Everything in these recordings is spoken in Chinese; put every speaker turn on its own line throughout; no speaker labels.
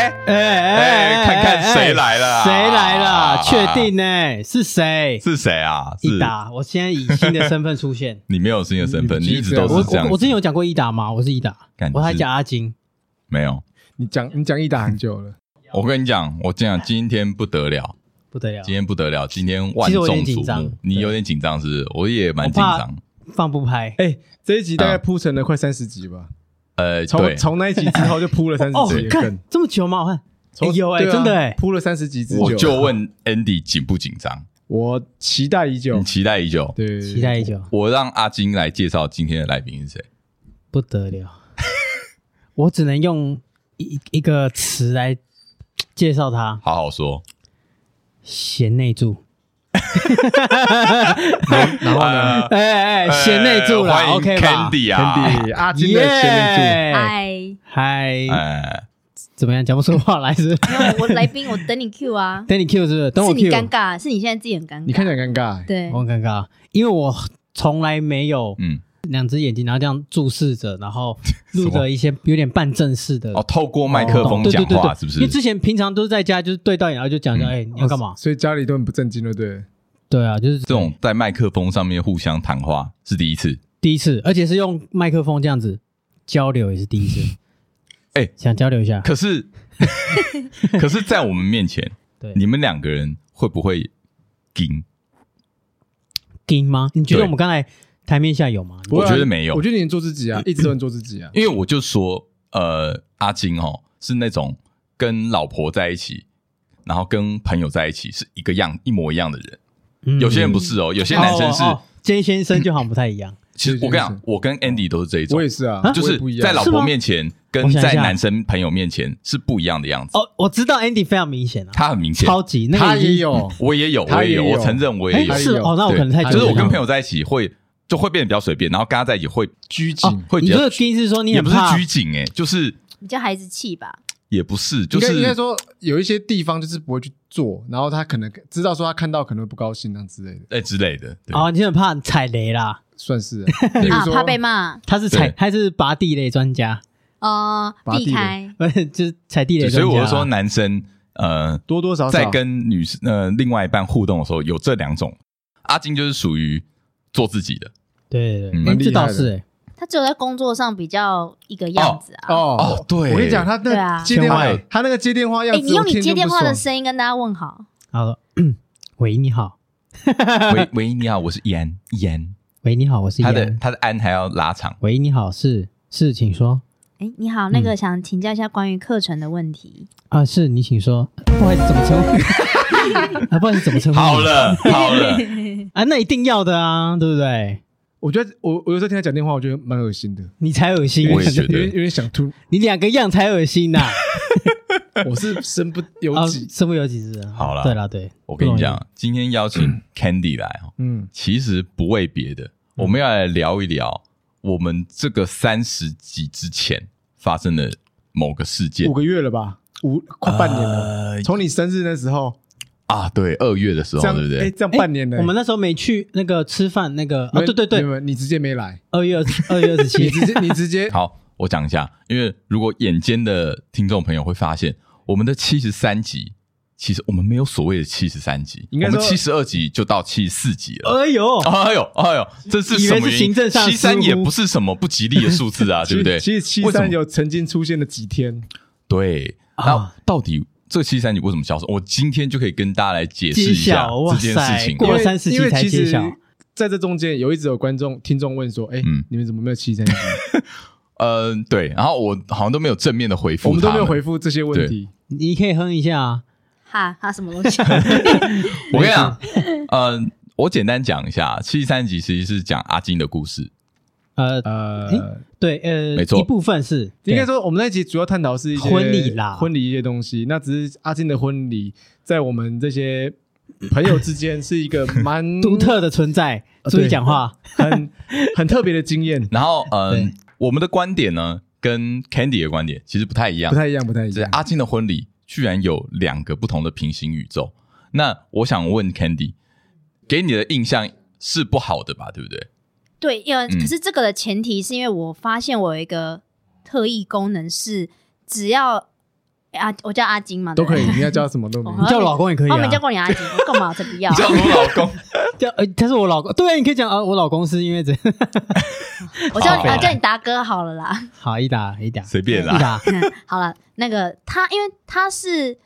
哎
哎看看谁来了啊
谁来了？
啊
确定呢、是谁？
是谁啊？
一
是。
达，我现在以新的身份出现
你没有新的身份，
你
你
你
一直都
我
是这样子。
我我之前有讲过一达吗？我是一达
干，
我还
你是
讲阿金。
没有。
你讲你讲一打很久了，
我跟你讲，我讲今天不得了，
不得了
今，天不得了，今天万
嗯其实我有
众
点紧
瞩
张
目。你有点紧张是不是？我也蛮紧张。
放不拍。
哎，这一集大概
啊
铺成了快三十集吧，
呃，
从
对，
从那一集之后就铺了三
哦
十集，，
看这么久吗？我看
从
哎有哎
对啊
真的哎
铺了三十集之久，
我就问 Andy 紧不紧张？
我期待已久
嗯
你，期待已久。
对，对
期待已久，
我让阿金来介绍今天的来宾是谁。
不得了。我只能用一一个词来介绍他：
好好 说。
贤内助。
然后呢？
哎哎，贤内助
呃欢
了
迎
，OK 吧？
Candy 啊，
Andy 阿金的前
耶！
嗨，
嗨，
哎，
怎么样？讲不出话来是不是？
没有我来宾，我等你 Q 啊，
等你 Q 是不是？等我
是你
Q，
尴尬，是你现在自己很尴尬。
你看起来哦很尴尬，
对
我，很尴尬，因为我从来没有
嗯，
两只眼睛，然后这样注视着，然后录着一些有点半正式的
哦，透过麦克风
对
讲
对对
话是
对，
不
因
是
为？之前平常都是在家，就是对到眼，然后就讲说，
嗯
哎，你要干嘛？
所以家里都很不正经了，对，
对啊，就是
这种在麦克风上面互相谈话是第一次。
第一次，而且是用麦克风这样子交流，也是第一次。
哎
想交流一下，
可是， 可是在我们面前，
对
你们两个人会不会惊？
硬吗？你觉得
对
我们刚才台面下有吗？
不会啊
我觉得没有
我觉得你很做自己啊，一直都很做自己啊，
因为我就说，呃，阿金哦，是那种跟老婆在一起，然后跟朋友在一起是一个样一模一样的人。
嗯
有些人不是
嗯
哦，有些男生是，
哦哦哦菅先生就好像不太一样。
其实我跟你
有些
讲
人，
我跟 Andy 都是这一种
我也，是啊，
啊
就
我也
是
不一样
在老
是
婆
吗
面前跟
我想一
在
下
男生朋友面前是不一样的样子。
哦，我知道 Andy 非常明显啊，
他很明显，
超级那
他
个已经
也有，
我也有，
他
我
也
也
有
有，我承认我也
哎
有。
是
有
哦，那我
对
可能太
他
久
就
没
是我跟
看
朋友在一起会就会变得比较随便，然后跟他在一起会
拘谨
哦，
会比
你
较
这个金是说你
也
很
不是
怕
拘谨哎、就是
比较孩子气吧。
也不是，就
应该应该
是
说有一些地方就是不会去做，然后他可能知道说他看到可能会不高兴那啊之类的，
哎、之类的。对，
哦，你很怕踩雷啦。
算是啊
比
如
啊，
说
怕被骂，
他是踩
对
他是拔地雷专家，
呃，
拔地
避
雷
开，
不是就是踩地雷
对
专家
所以
啦。
我就说男生呃，
多多少少
在跟女生呃另外一半互动的时候有这两种，阿金就是属于做自己 的
对
嗯
对对，哎
蛮厉
这倒
害的
是哎，
他只有在工作上比较一个样子啊。
哦。
对
我跟你讲，他那
对啊
个接电话
千万，
他那个接电话样
哎，
子，
你用
我
你
听
接
就不
电话的
爽
声音跟大家问好。
好了，喂，你好，
喂喂，你好，我是易安，易安，
喂，你好，我是
他
杨
的他的安还要拉长，
喂，你好，是是，请说
哎，你
嗯
好，那个想请教一下关于课程的问题。
啊，是你请说，不好意思，怎么称呼？ 啊，不好意思，怎么称呼？
好 了好了，
啊，那一定要的啊，对不对？
我觉得我我有时候听他讲电话，我觉得蛮恶心的，
你才恶心
有，
我
点
也
想
觉
有
得
点有点想吐。
你两个样才恶 心呐！
我是身不由
啊，
己，
身不由己是啊。
好啦
对啦，对，
我跟
不容
你
易，
讲，今天邀 请 Candy 来哦，
嗯，
其实不为别的，我们要来聊一聊我们这个三十集之前发生的某个事件
五个月了吧，五快半年了，
呃
从你生日那时候，
啊，对，二月的时候，
这样
对不
哎，
对？
这样半年了，
我们那时候没去那个吃饭，那个啊，对对
没
对，
有，你直接没来，
二月二十二月二十
你
七，
直接你直接
好，我讲一下，因为如果眼尖的听众朋友会发现，我们的七十三集，其实我们没有所谓的七十三集，
应该
我
说哦
们七十二集就到七十四集 了。
哎呦，
哎呦，哎呦，这是
以
什
为
么
是
原
行
因？
政上的
七三
疏忽
也不是什么不吉利的数字 啊，对不对？
其实七
为什么
三有曾经出现了几天，
对，
啊
那到底这七三你为什么消失？我今天就可以跟大家来解释一
揭
下
晓哇
这件
塞
事情
过
因
了
为
了。
30集
因为
才
其实
揭晓
在这中间有一直有观众听众问说：“哎
嗯，
你们怎么没有七三集？
嗯、对，然后我好像都没有正面的回 复，
我们都没有。回复这些问题。
你可以哼一下啊，
哈哈，什么东西？
我跟你讲，嗯、我简单讲一下，七三集其实是讲阿金的故事，
呃”，
呃，
对，呃，
没错
一部分是
应该
说
说我们那一集主要探讨是一些
婚礼啦
婚礼一些东西。那只是阿金的婚礼，在我们这些朋友之间是一个 蛮
独、特的存在，
呃
注意
对
讲话，
很很特别的 经验，
然后嗯、
对
我们的观点呢跟 Candy 的观点其实不太一样
不，太一样，不太一
这
样。
阿金的婚礼居然有两个不同的平行宇宙。那我想问 Candy，给你的印象是不好的吧？对不对？
对，因为
嗯
可是这个的前提是因为我发现我有一个特异功能是，只要诶阿我叫阿金嘛，
都可以
对不对。，
你要叫什么都没
你
哦
有。
叫我老公也可以
哦，我没
啊
叫。过你阿金，我干嘛？才不 要
你！叫我老公，
叫呃，他是我老公，对，你可以讲啊，我老公是因为这
我叫你
好
啊，叫你达哥好了啦。
好一打一打
随便
一
啦。
打，
好了，那个他，因为他是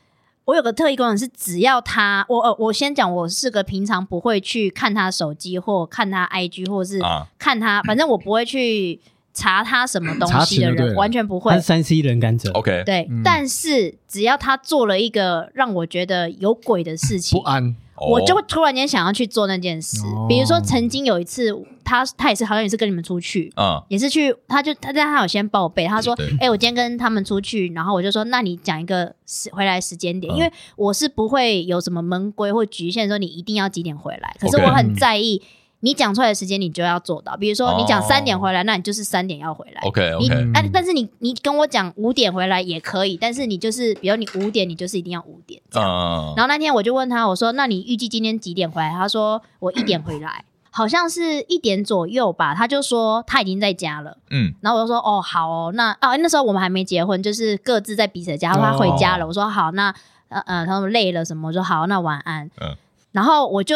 我有个特异功能是，只要他我呃，我先讲，我是个平常不会去看他手机或看他 IG 或是
啊
看他，反正我不会去查他什么东
查
西的
询就对
人，
了
完全不
他
会
是。三 C 人感者，
OK，
对，
嗯
但是只要他做了一个让我觉得有鬼的事情
不，安，
哦
我就会突然间想要去做那件事。
哦
比如说，曾经有一次，他他也是好像也是跟你们出去，
嗯
也是去，他就他但他有先报备，他说
对：“
哎、我今天跟他们出去，然后我就说，那你讲一个时回来时间点，
嗯
因为我是不会有什么门规或局限，说你一定要几点回来。可是
OK
我很在意你讲出来的时间，你就要做到。比如说你讲三点回来，那你就是三点要回来。
，OK
你
OK，
啊，但是你你跟我讲五点回来也可以，但是你就是比如你五点，你就是一定要五点这样。
嗯，
然后那天我就问他，我说：“那你预计今天几点回来？”他说：“我一点回来，好像是一点左右吧。”他就说他已经在家了。
嗯，
然后我就说：“哦，好哦，那啊那时候我们还没结婚，就是各自在彼此的家。”他说他回家了，我说：“好，那呃呃，他说累了什么？”我说：“好，那晚安。”
嗯
然后我就。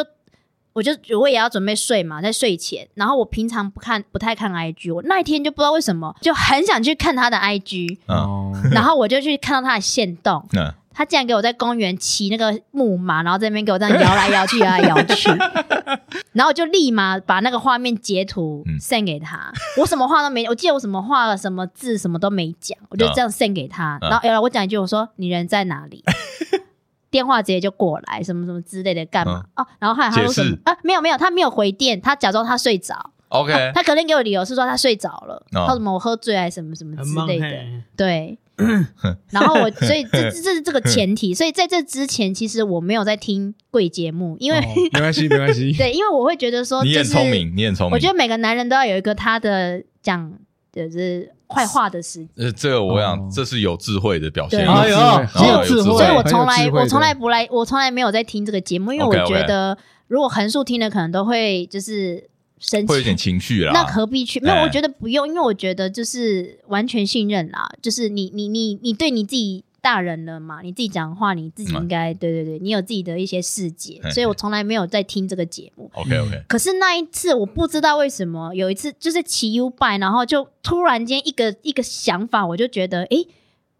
我就我也要准备睡嘛，在睡前，然后我平常不看不太看 IG，我那一天就不知道为什么就很想去看他的 IG，
嗯
哦，
然后我就去看到他的线动，
那
他竟然给我在公园骑那个木马，然后在那边给我这样摇来摇去，摇来摇 去，然后我就立马把那个画面截图
嗯
send 给他。我什么话都没，我记得我什么话了，什么字什么都没讲，我就这样 send 给他。
嗯
然后有哎了我讲一句，我说你人在哪里？ 电话直接就过来，什么什么之类的，干嘛、哦，然后后来他说
嗯
什
解
么
释
啊？没有没有，他没有回电，他假装他睡着。
OK，
啊他可能给我理由是说他睡着了，
哎哦
他说什么我喝醉啊还是什么什么
很
之
忙
类的。
嘿
对， 然后我所以这这这是这个前提，所以在这之前，其实我没有在听贵节目，因为、。
哦没关系，没关系
对，因为我会觉得说、
你
就是，
很聪，明，你很聪明。
我觉得每个男人都要有一个他的讲就是坏话的时机。
呃，这个我想
哦
这是有智慧的表现
对。
哎
有智
呦，
慧
很有智
对
慧，
所以我
很有
从来
智慧
我从
的
来不来，我从来没有在听这个节目，因为我
OK，OK
觉得如果横竖听了，可能都会就是生
会有
气
点。情绪啦。
那何必去？没有，
哎
我觉得不用，因为我觉得就是完全信任啦。就是你你你你对你自己大人了嘛，你自己讲话，你自己
嗯
应该、对对对，你有自己的一些世界
哎，
所以我从来没有在听这个节目。
OK OK，
可是那一次，我不知道为什么有一次就是骑 U b 然后就突然间一个一个想法，我就觉得诶，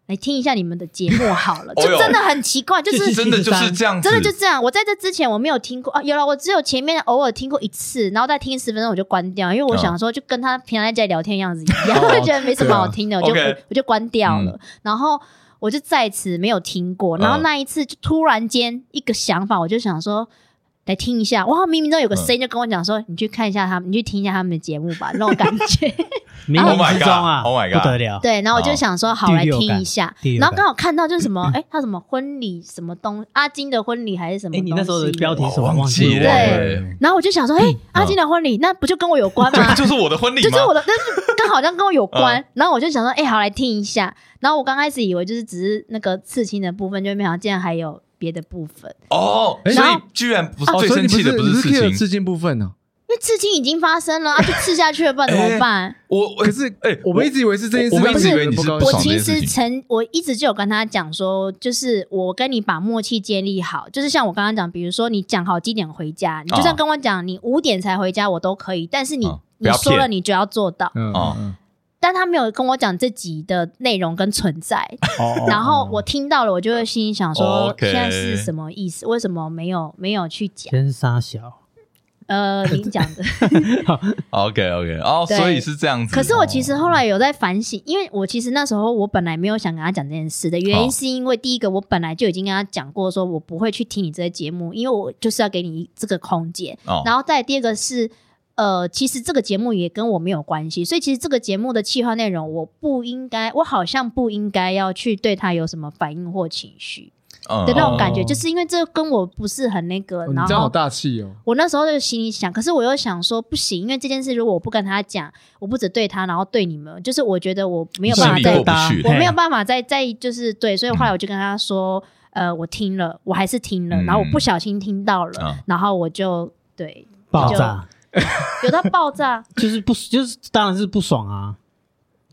来听一下你们的节目好 了，
哦哟
就真的很奇怪， 就是
是
真的就是这样子，
真的就这样。我在这之前我没有听过啊，有了，我只有前面偶尔听过一次，然后再听十分钟我就关掉，因
哦
为我想说就跟他平常在家里聊天的样 子一样，
哦
我就觉得没什么好听的，我就
啊
OK
我就关掉
嗯
了。然后我就在此没有听过，然后
嗯
那一次就突然间一个想法，我就想说。来听一下，哇！冥冥中
嗯
有个声音就跟我讲说：“你去看一下他们，你去听一下他们的节目吧。”那种感 觉。
冥
Oh my
冥之中啊
God，Oh my God
不得了，
对，然后我就想说，
哦
好
第
来
六
听
感
一下
第。六
然后
感
刚好看到就是 什么，哎，他什么婚礼什么东，阿金的婚礼还是什么？
哎，
东
你
西
那时候的标题
我
是什么？
忘记了，
了
对然后我就想说，哎、阿金的婚礼，那不就跟我有关吗？
嗯就是我的婚礼
啊
嗯
就
吗
是？我的，但是刚好像跟我有关。然后我就想说，哎、好来听一下。然后我刚开始以为就是只是那个刺青的部分，就没想到竟然还有别的部分。
哦，所
哎
以居然不是
哦
最
所以
生
你
气的
不
不是
是 care
事情，
刺青部分哦。
因为刺青已经发生了，啊，就刺下去了，不然怎
哎
么办？
我我
可是
哎，
我们一直以为是这件事，
我们一直
让
以为你
不
是
高
不
兴
我
爽这
其
件事
实
情
曾我一直就有跟他讲说，就是我跟你把默契建立好，就是像我刚刚讲，比如说你讲好几点回家，你就算跟我讲你五点才回家，我都可以，但是你、
嗯啊不
你
要
说
骗
了，你就要做到。
嗯
哦
嗯
但他没有跟我讲这集的内容跟存在，
哦
然后我听到了，我就会心里想说，
OK
现在是什么意思？为什么没有没有 去讲？
真傻小，
呃，你讲的。
OK OK，哦，
对
所以是这样子。
可是我其实后来有在反省，因为我其实那时候我本来没有想跟他讲这件事的原
哦
好
因，是因为第一个我本来就已经跟他讲过，说我不会去听你这些节目，因为我就是要给你这个空间。
哦，
然后再来第二个是，呃，其实这个节目也跟我没有关系，所以其实这个节目的企划内容，我不应该，我好像不应该要去对他有什么反应或情绪
嗯
的那种感觉，
哦
就是因为这跟我不是很那个，
哦你
然
这样好
后。
大气哦。
我那时候就心里想，可是我又想说不行，因为这件事如果我不跟他讲，我不止对他，然后对你们，就是我觉得我没有
心
办法
里
再
过不去
我没有办法再再就是对，所以后来我就跟他说，呃，我听了，我还是听了，
嗯
然后我不小心听到了，
嗯
然后我就对
爆炸，
有到爆炸，
就是不就是当然是不爽啊，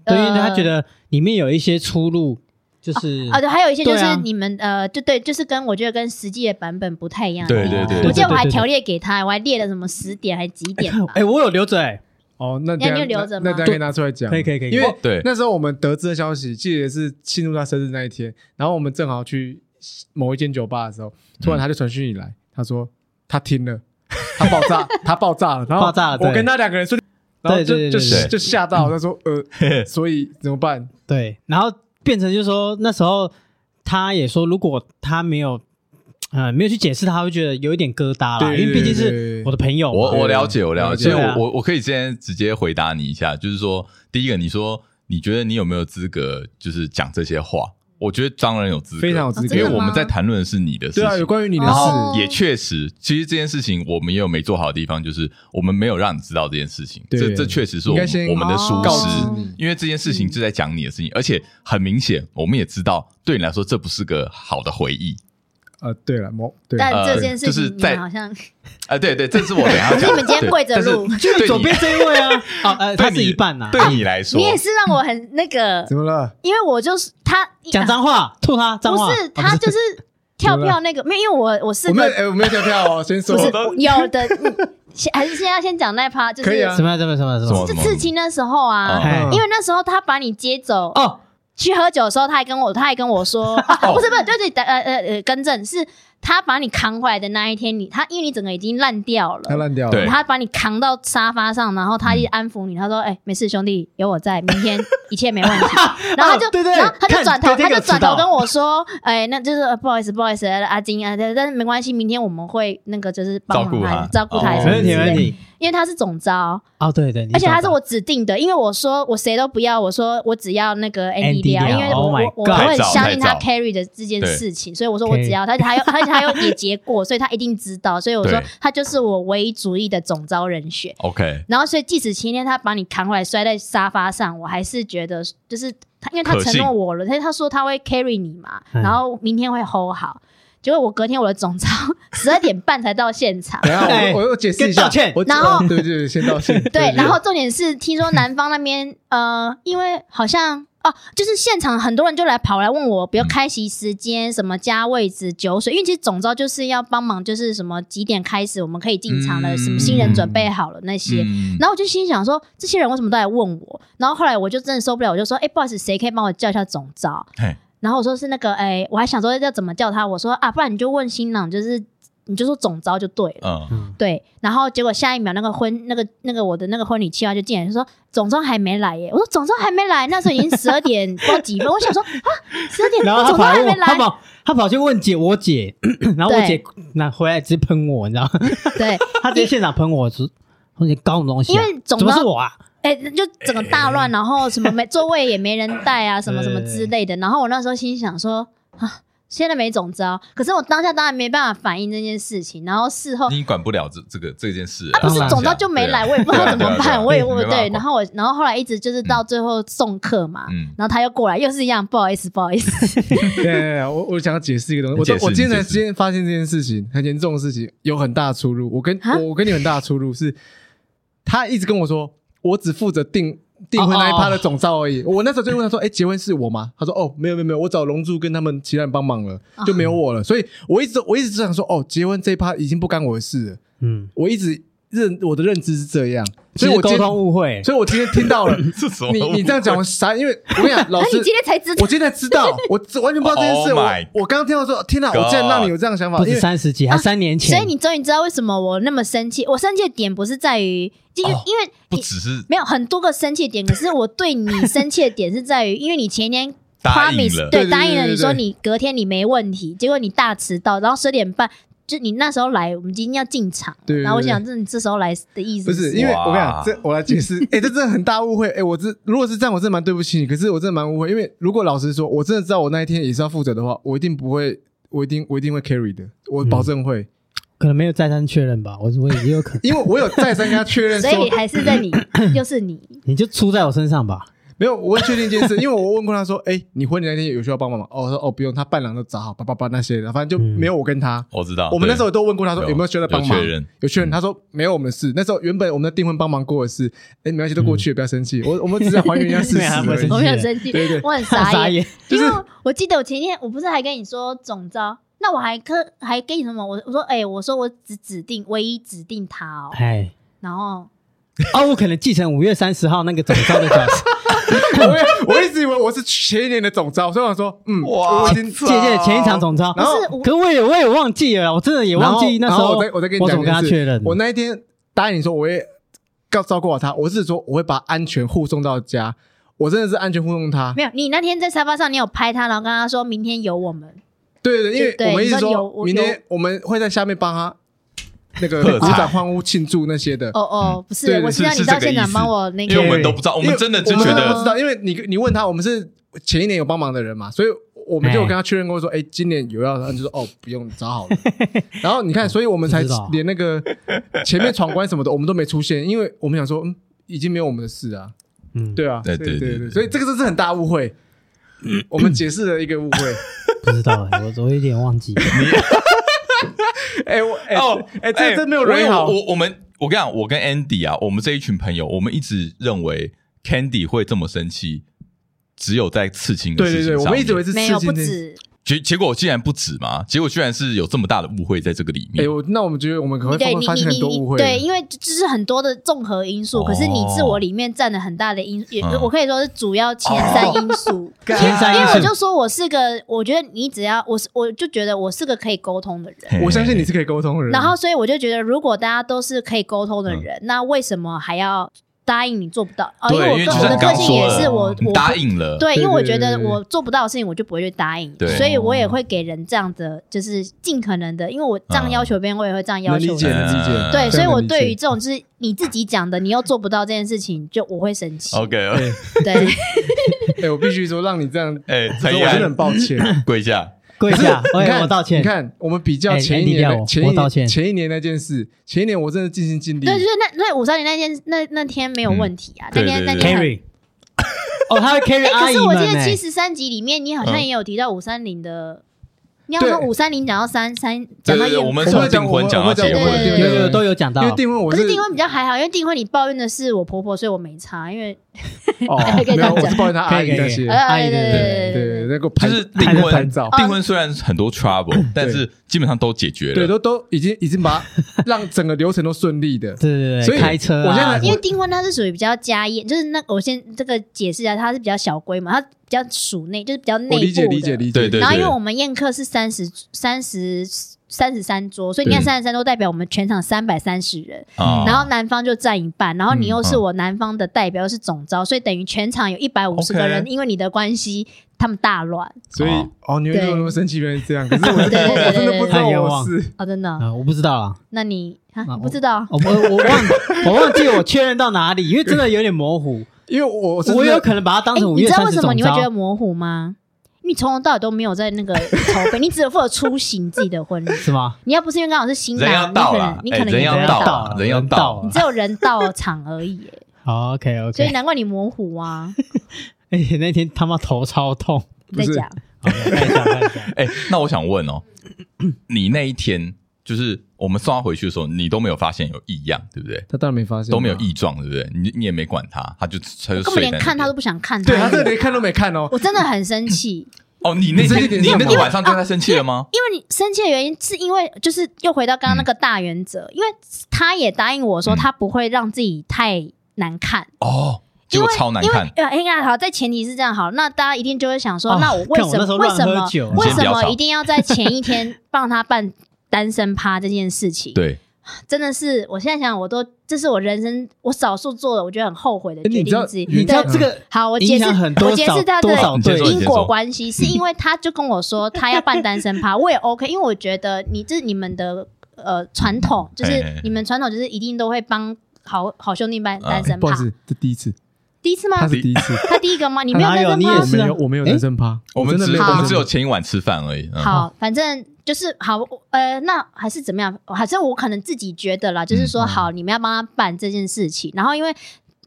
呃
对，因为他觉得里面有一些出入，就是
啊，对，还有一些就是
对啊
你们、呃，就对，就是跟我觉得跟实际的版本不太一样。哦
对对对
我记得
对
我
对
还
对
条列给他，我还列了什么十点还几点吧。
哎，我有留着哎，
哦，那
你
等下
要留着吗
那那等下可以拿出来讲，
可以可以可以，
因为
对
那时候我们得知的消息，记得是庆祝他生日那一天，然后我们正好去某一间酒吧的时候，突然他就传讯你来，他说他听了， 他爆 炸，他爆炸了，然后
爆炸了对
我跟他两个人说，然后就
对对
就
对
对
就吓到，他说呃，所以怎么办？
对，然后变成就是说那时候他也说，如果他没有呃没有去解释，他会觉得有一点疙瘩啦，
对
因为毕竟
对对
是
哦对
我的朋友嘛，
我我了解，我了解。
对啊
我我我可以现在直接回答你一下，就是说，第一个，你说你觉得你有没有资格，就是讲这些话？我觉得当然有资格，
非常有资
格
因为我们在谈论的是你的事
对啊，有
情。
关于你的
然
事
后，
也确实，其实这件事情我们也有没做好的地方，就是我们没有让你知道这件事情。
对
这这确实是我
应该
们
先
我们的疏
告
失。
知嗯
哦
你，
因为这件事情是在讲你的事情，而且很明显，我们也知道对你来说这不是个好的回忆
呃，对了，某对，
但
呃
这件事
就是
情你
在
们好像
啊、对对，这是我等一下
可是
讲。
你们今天
对
跪着
但是
录
对你
左边这一 位啊，哦
对
呃，他是
你
一半呐，
对你来说，
你也是让我很那 个
怎，么了？
因为我就是他呃
讲脏话，吐他脏话，哦
不是 他就是跳票那个，没有，因为我我是
我没有，
个
哎，我没有跳票哦，先说
不是有的，嗯先还是现在先讲那趴，就
可以
是
啊
什么什么什么什
什
么
么
就刺青的时候啊，
哎
嗯
因为那时候他把你接走
哦，
去喝酒的时候，他还跟我，他还跟我说， 啊、不是不是，对对，呃呃呃，更正，是他把你扛回来的那一天，你他因为你整个已经烂掉
他
了。嗯
烂掉了，
对
他把你扛到沙发上，然后他一直安抚你，他说：“哎、没事，兄弟，有我在，明天一切没问 题。”然后他就，
哦对对
然后他就
看
转头，
对
他
这个
就转
知道
头跟我说：“哎、那就是、呃不好意思，不好意思，阿金啊，但但是没关系，明天我们会那个就是帮
照顾
忙他，
他
照顾他，
哦
没问题没问，题，
因为他是总招，
哦对对，你
而且他
讲
是
吧
我指定的，因为我说我谁都不要，我说我只要那个 Andy
Andy
聊，因
聊
为我
Oh
我
my
我
God
我很
太早
相信
太
他
早
carry 的这件
对
事情，所以我说我只要他，他又而且他又也结过，所以他一定知道，所以我说
对
他就是我唯一主义的总招人选。
OK，
然后所以即使前天他把你扛回来摔在沙发上，我还是觉得就是他，因为他
可
承
信
诺我了，但是他说他会 carry 你嘛，
嗯
然后明天会 hold 好。结果我隔天我的总招 十二点半才到现场，
等一下
哎
我我我解释一
跟
下，
道歉
我
然后
哦对对对，先道 歉，
对，然后重点是，听说南方那 边，呃，因为好像哦，就是现场很多人就来跑来问我，比如开席时间、什么加位置、酒水，因为其实总招就是要帮忙，就是什么几点开始我们可以进场了，
嗯
什么新人准备好了那些。
嗯
然后我就心想说，这些人为什么都来问我？然后后来我就真的受不了，我就说，哎、不好意思，谁可以帮我叫一下总招？
嘿
然后我说是那个，哎、我还想说要怎么叫他，我说啊，不然你就问新郎，就是你就说总招就对了。
嗯，
嗯
对，然后结果下一秒那个婚那个那个我的那个婚礼计划就进来就说总招还没来耶，我说总招还没来，那时候已经十二点不知道几分，我想说啊十 二点
然后他
总
跑
招
来
还
问
没
我，他
来，
跑他跑去问姐我姐， 然后我
对
姐那回来直接喷我，你知道吗？
对，
他直接现场喷我，说说你搞什么东西啊？
因为总
怎么
招
是我啊？
哎、就整个大乱，然后什么没座位也没人带啊，什么什么之类的，然后我那时候心想说啊现在没总招，可是我当下当然没办法反映这件事情，然后事后
你管不了这这个这件事
啊，不是
当然
总招就没来，我也不
啊
知道怎么办，我也我对，然
后
后我然后后来一直就是到最后送客嘛，
嗯，
然后他又过来，又是一样，不好意思，不好意思。
对对对，我我想要解释一个东
你
西，
解
我
释
我今天才
你解释
今天发现这件事情很严重的事情，有很大的出入。我跟
啊
我跟你有很大的出入是，他一直跟我说，我只负责订订婚
哦哦
那一趴的总照而已。我那时候就问他说，哎，结婚是我吗？他说，哦，没有没有没有，我找龙珠跟他们其他人帮忙了，
哦
就没有我了。所以我一直我一直只想说，哦，结婚这一趴已经不干我的事了。
嗯，
我一直认我的认知是这样，所
所
以
以
我今
沟
天
通误会，
所以我今天听 到了。
是什么？
你你这样讲我傻，因为我跟你讲，老
那
师
啊你今天才知道
我今天才知 道，我只完全不知道这件事。
Oh my
我我刚刚听到说，天哪，
God
我竟然让你有这样的想法
不，
因
止
为
三十几，还三年前。
啊所以你终于知道为什么我那么生气。我生气的点不是在于，因为、
哦
因为
不
你
只是
没有很多个生气的点，可是我对你生气的点是在于，因为你前天。
答应
promise
了
对对对
对答应了，
对对
你说你隔天你没问题，结果你大迟到，然后十点半就你那时候来，我们今天要进场了，
对对对
然后我想，这你这时候来的意
不
思
是
是
因为
哇
我跟你讲，这我来解释， 哎，这真的很大误会。哎，我这如果是这样，我真的蛮对不起你。可是我真的蛮误会，因为如果老实说，我真的知道我那一天也是要负责的话，我一定不会，我一定我一定会 carry 的，我保证
嗯
会，
可能没有再三确认吧，我我也有可能，
因为我有再三跟他确认
所以
说，
还是在你，又是你，
你就出在我身上吧。
没有，我问确定一件事， 因为我问过他说，哎，你婚礼那天有需要帮忙吗？哦，我说哦不用，他伴郎都找好，叭叭叭那些的，反正就
嗯
没有我跟他。
我知道，
我们
啊
那
对
时候都问过他说
有
有没有需要再帮忙，
有确认嗯
有确认他说没有我们的事。那时候原本我们的订婚帮忙过的事，哎，没关系，都过
嗯
去了，不要生气。我我们只是还原一 下事
对啊不要
实
生
我
气
而
没
已。
有生气
对对，
我 很
很
傻
傻
眼。
眼，
因为我记得我前天我不是还跟你说总招，那我还跟还跟你什么？我我说哎、我说我只指定唯一指定他哦，
哎，
然后
哦，我可能继承五月三十号那个总招的角 色，
我我一直以为我是前一年的总招，所以我想说，嗯，
哇
我已经
借鉴前一场总招
不。
然后
是我
可我也我也忘记了，我真的也忘记那
然
时
后然后
候
我再我再跟你
我
讲
怎么
一
跟
件
他
事
确认。
我那一天答应你说我会告照顾好他，我是说我会把安全护送到家，我真的是安全护送他。
没有你那天在沙发上，你有拍他，然后跟他说明天有我们，
对对，对因
对
为我们一直
你说有
说
我
明
有
天我们会在下面帮他那个
喝
鼓
彩
掌欢呼庆祝那些的。
哦哦，不
嗯
是
对，
我
是
知道你
是
到
这个
现
意
场
思
帮我那
因为我
个，
们都不知道，我们真的就
因为
觉
我们
得
不知道，因为你你问他，我们是前一年有帮忙的人嘛，所以我们就有跟他确认过说，哎，今年有要，他就说哦，不用找好了。然后你看，所以我们才
不知道
连那个前面闯关什么的，我们都没出现，因为我们想说，嗯，已经没有我们的事啊，
嗯，
对啊，
对
所以
对
对
对对
对，所以这个就是很大误 会，我们解释了一个误会。
不知道哎，我我有点 忘记。
哎，我哎
哦，
哎，这这没有
我
人好
我，我我们我跟你讲，我跟 Andy 啊，我们这一群朋友，我们一直认为 Candy 会这么生气，只有在刺青的
对
事情
对
上
对，
面。
我们一直以为是
没有
刺
不
青的
止，
结结果竟然不止嘛，结果居然是有这么大的误会在这个里
哎、
面。
我那我们觉得我们可能会
对
发
你
发
你
现很
你
多误
你
会。哦
对，，因为就是很多的综合因素，可是你自我里面占了很大的因，也
嗯
我可以说是主要前三因
哦
素。
前
啊
三
因
因
为
素
我就说我是个，我觉得你只要我是，我就觉得我是个可以沟通的人。
嘿
我相信你是可以沟通的人。
然后，所以我就觉得，如果大家都是可以沟通
嗯
的人，那为什么还要答应你做不到？哦，因
对，因
为
为
我
就
个
像
我的
你刚
个
刚
性
说
也
了
是我
你
我
答应了，
对，因为我
对对
觉得
对对
我做不到的事情，我就不会去答应
对，哦
所以我也会给人这样的，就是尽可能的，因为我这
啊
样要求别人，我也会这样要
能
求
理解，
人。
人
能理解。
对，
对
所以我对于
于
这种就是你自己讲的，你又做不到这件事情，就我会生气。
OK，哦
对，
哎、我必须说，让你 这样，
哎，
我
陈
真
怡
的
安
很抱歉。
跪下，
跪 下，
你
哎，
看
我道歉
你。看，我们比较
哎
前一
Andy
年
不
的、
要我
前一
我道
年
歉
前一年那件事，前一年我真的尽心尽力。
对，就是那那五三年那天那那天没有问题啊，那
嗯
天
对对
那
对
天很。
carry，哦，他会 carry
哎可
阿姨
是我记
们欸嗯
得
呢
七。十三集里面，你好像也有提到五三零的，你好像
对
五三零讲到三三，
对
讲到
对对，
一
我们
我
从
们讲
订婚讲
我
到
们
结
讲
婚，
对
有有都有讲到
因为，订婚我
可
是
是订婚比较还好，因为订婚你抱怨的是我婆婆，所以我没差，因为
哦，
可以这
没
样
有，我
讲
是抱怨他阿
可以
姨
可以
那
可以
些。
哎
阿姨
对
的
对对哦
对
对，那个
就
拍
是
拍
订婚
拍照，
订婚虽然很多 trouble，但是基本上都解决
对，
了。
都都已经已经把 让整个流程都顺利的。
对对
所
对，
以
开车啊，
哎我现在
因为订婚它是属于比较家宴，就是那我先这个解释一下，它是比较小规模，它比较属内，就是比较 内部
我
的。
理解理解理解，
对对
然后因为我们宴客是三十三十三十三桌，所以你看
对
三十三桌代表我们全场三百三十人，
啊
嗯然后男方就占一半，然后你
嗯
又是
嗯
我男方的代表，又是总招，所以等于全场有一百五十
OK
个人，因为你的关系，他们大乱
所以
哦
哦，你为什么那么生气？原来是这样，可是我
对对对
我真的不知道
对对对
我是
啊！真的，
啊，我不知道啊，
那你啊
那，我
不知道
我我我忘 我忘记我确认到哪里，因为真的有点模糊，
因为我我是
我
真的
有可能把它当
哎
成五
你
月
知道
三
为
十
什么
总
你会觉得
招。
模糊吗？因为你从头到尾都没有在那个筹备，你只有负责出席你自己的婚礼。
是吗？
你要不是因为刚好是新
人要
郎，你
到
可
了
能，你
哎
可能
人
也
要
没有
到
到，
了，
到
人要
人
到啊
到啊
了
了
你只有人到场而已耶，
好，OK
所以
OK。
难怪你模糊啊。
而且哎那天他妈头超痛， 哦
再
不是
讲，
好看一下看一下
哎、那我想问哦，你那一天就是我们送他回去的时候，你都没有发现有异样，对不对？
他当然没发现，
都没有异状，对不对？你你也没管他，他就他就
根本
睡在
连
那
看他都
边。
不想看他。
对他这个连看都没看哦。
我真的很生气，
哦，你那
这一
天
点
你
像
那
吗
个晚上对他生气了吗？
因为你生气的原因是因为就是又回到刚刚那个大原则，
嗯
因为他也答应我说
嗯
他不会让自己太难看。
哦，结
啊因
果
为
超难
因为
看，
呃，应该好，在前提是这样好，那大家一定就会想说，
哦
那我为
看我
什
那时
么
候
为
乱
什
喝
么
酒
为
先不
什
要
么
吵
一定要在前一天帮他办单身趴这件事情？
对，
真的是，我现在想，我都这是我人生我少数做的，我觉得很后悔的
哎
决
你知道
定之一。
你知道
对
这个
好，我解
嗯影
释
响很多
我解
少
释他
多
的
少
你先
对
说
因果关系，是因为他就跟我说他要办单身趴， 我也 OK，因为我觉得你这是你们的呃传统，就
嘿嘿嘿
是你们传统就是一定都会帮好好兄弟办单身
哎啊不
趴
好意。思，这第一次，
第一次吗
他？是第一次，
他第一个吗？你没有
哪
单
有
身
你也
趴
我
是？
没
啊
有我没有
哎
男生趴，
我们
真的
只
没有
我
男
们
生
只
趴
有前一晚吃饭而已。嗯、
好，反正就是好，我呃，那还是怎么样？还是我可能自己觉得啦，就是说
嗯
好，你们要帮他办这件事情，然后因为。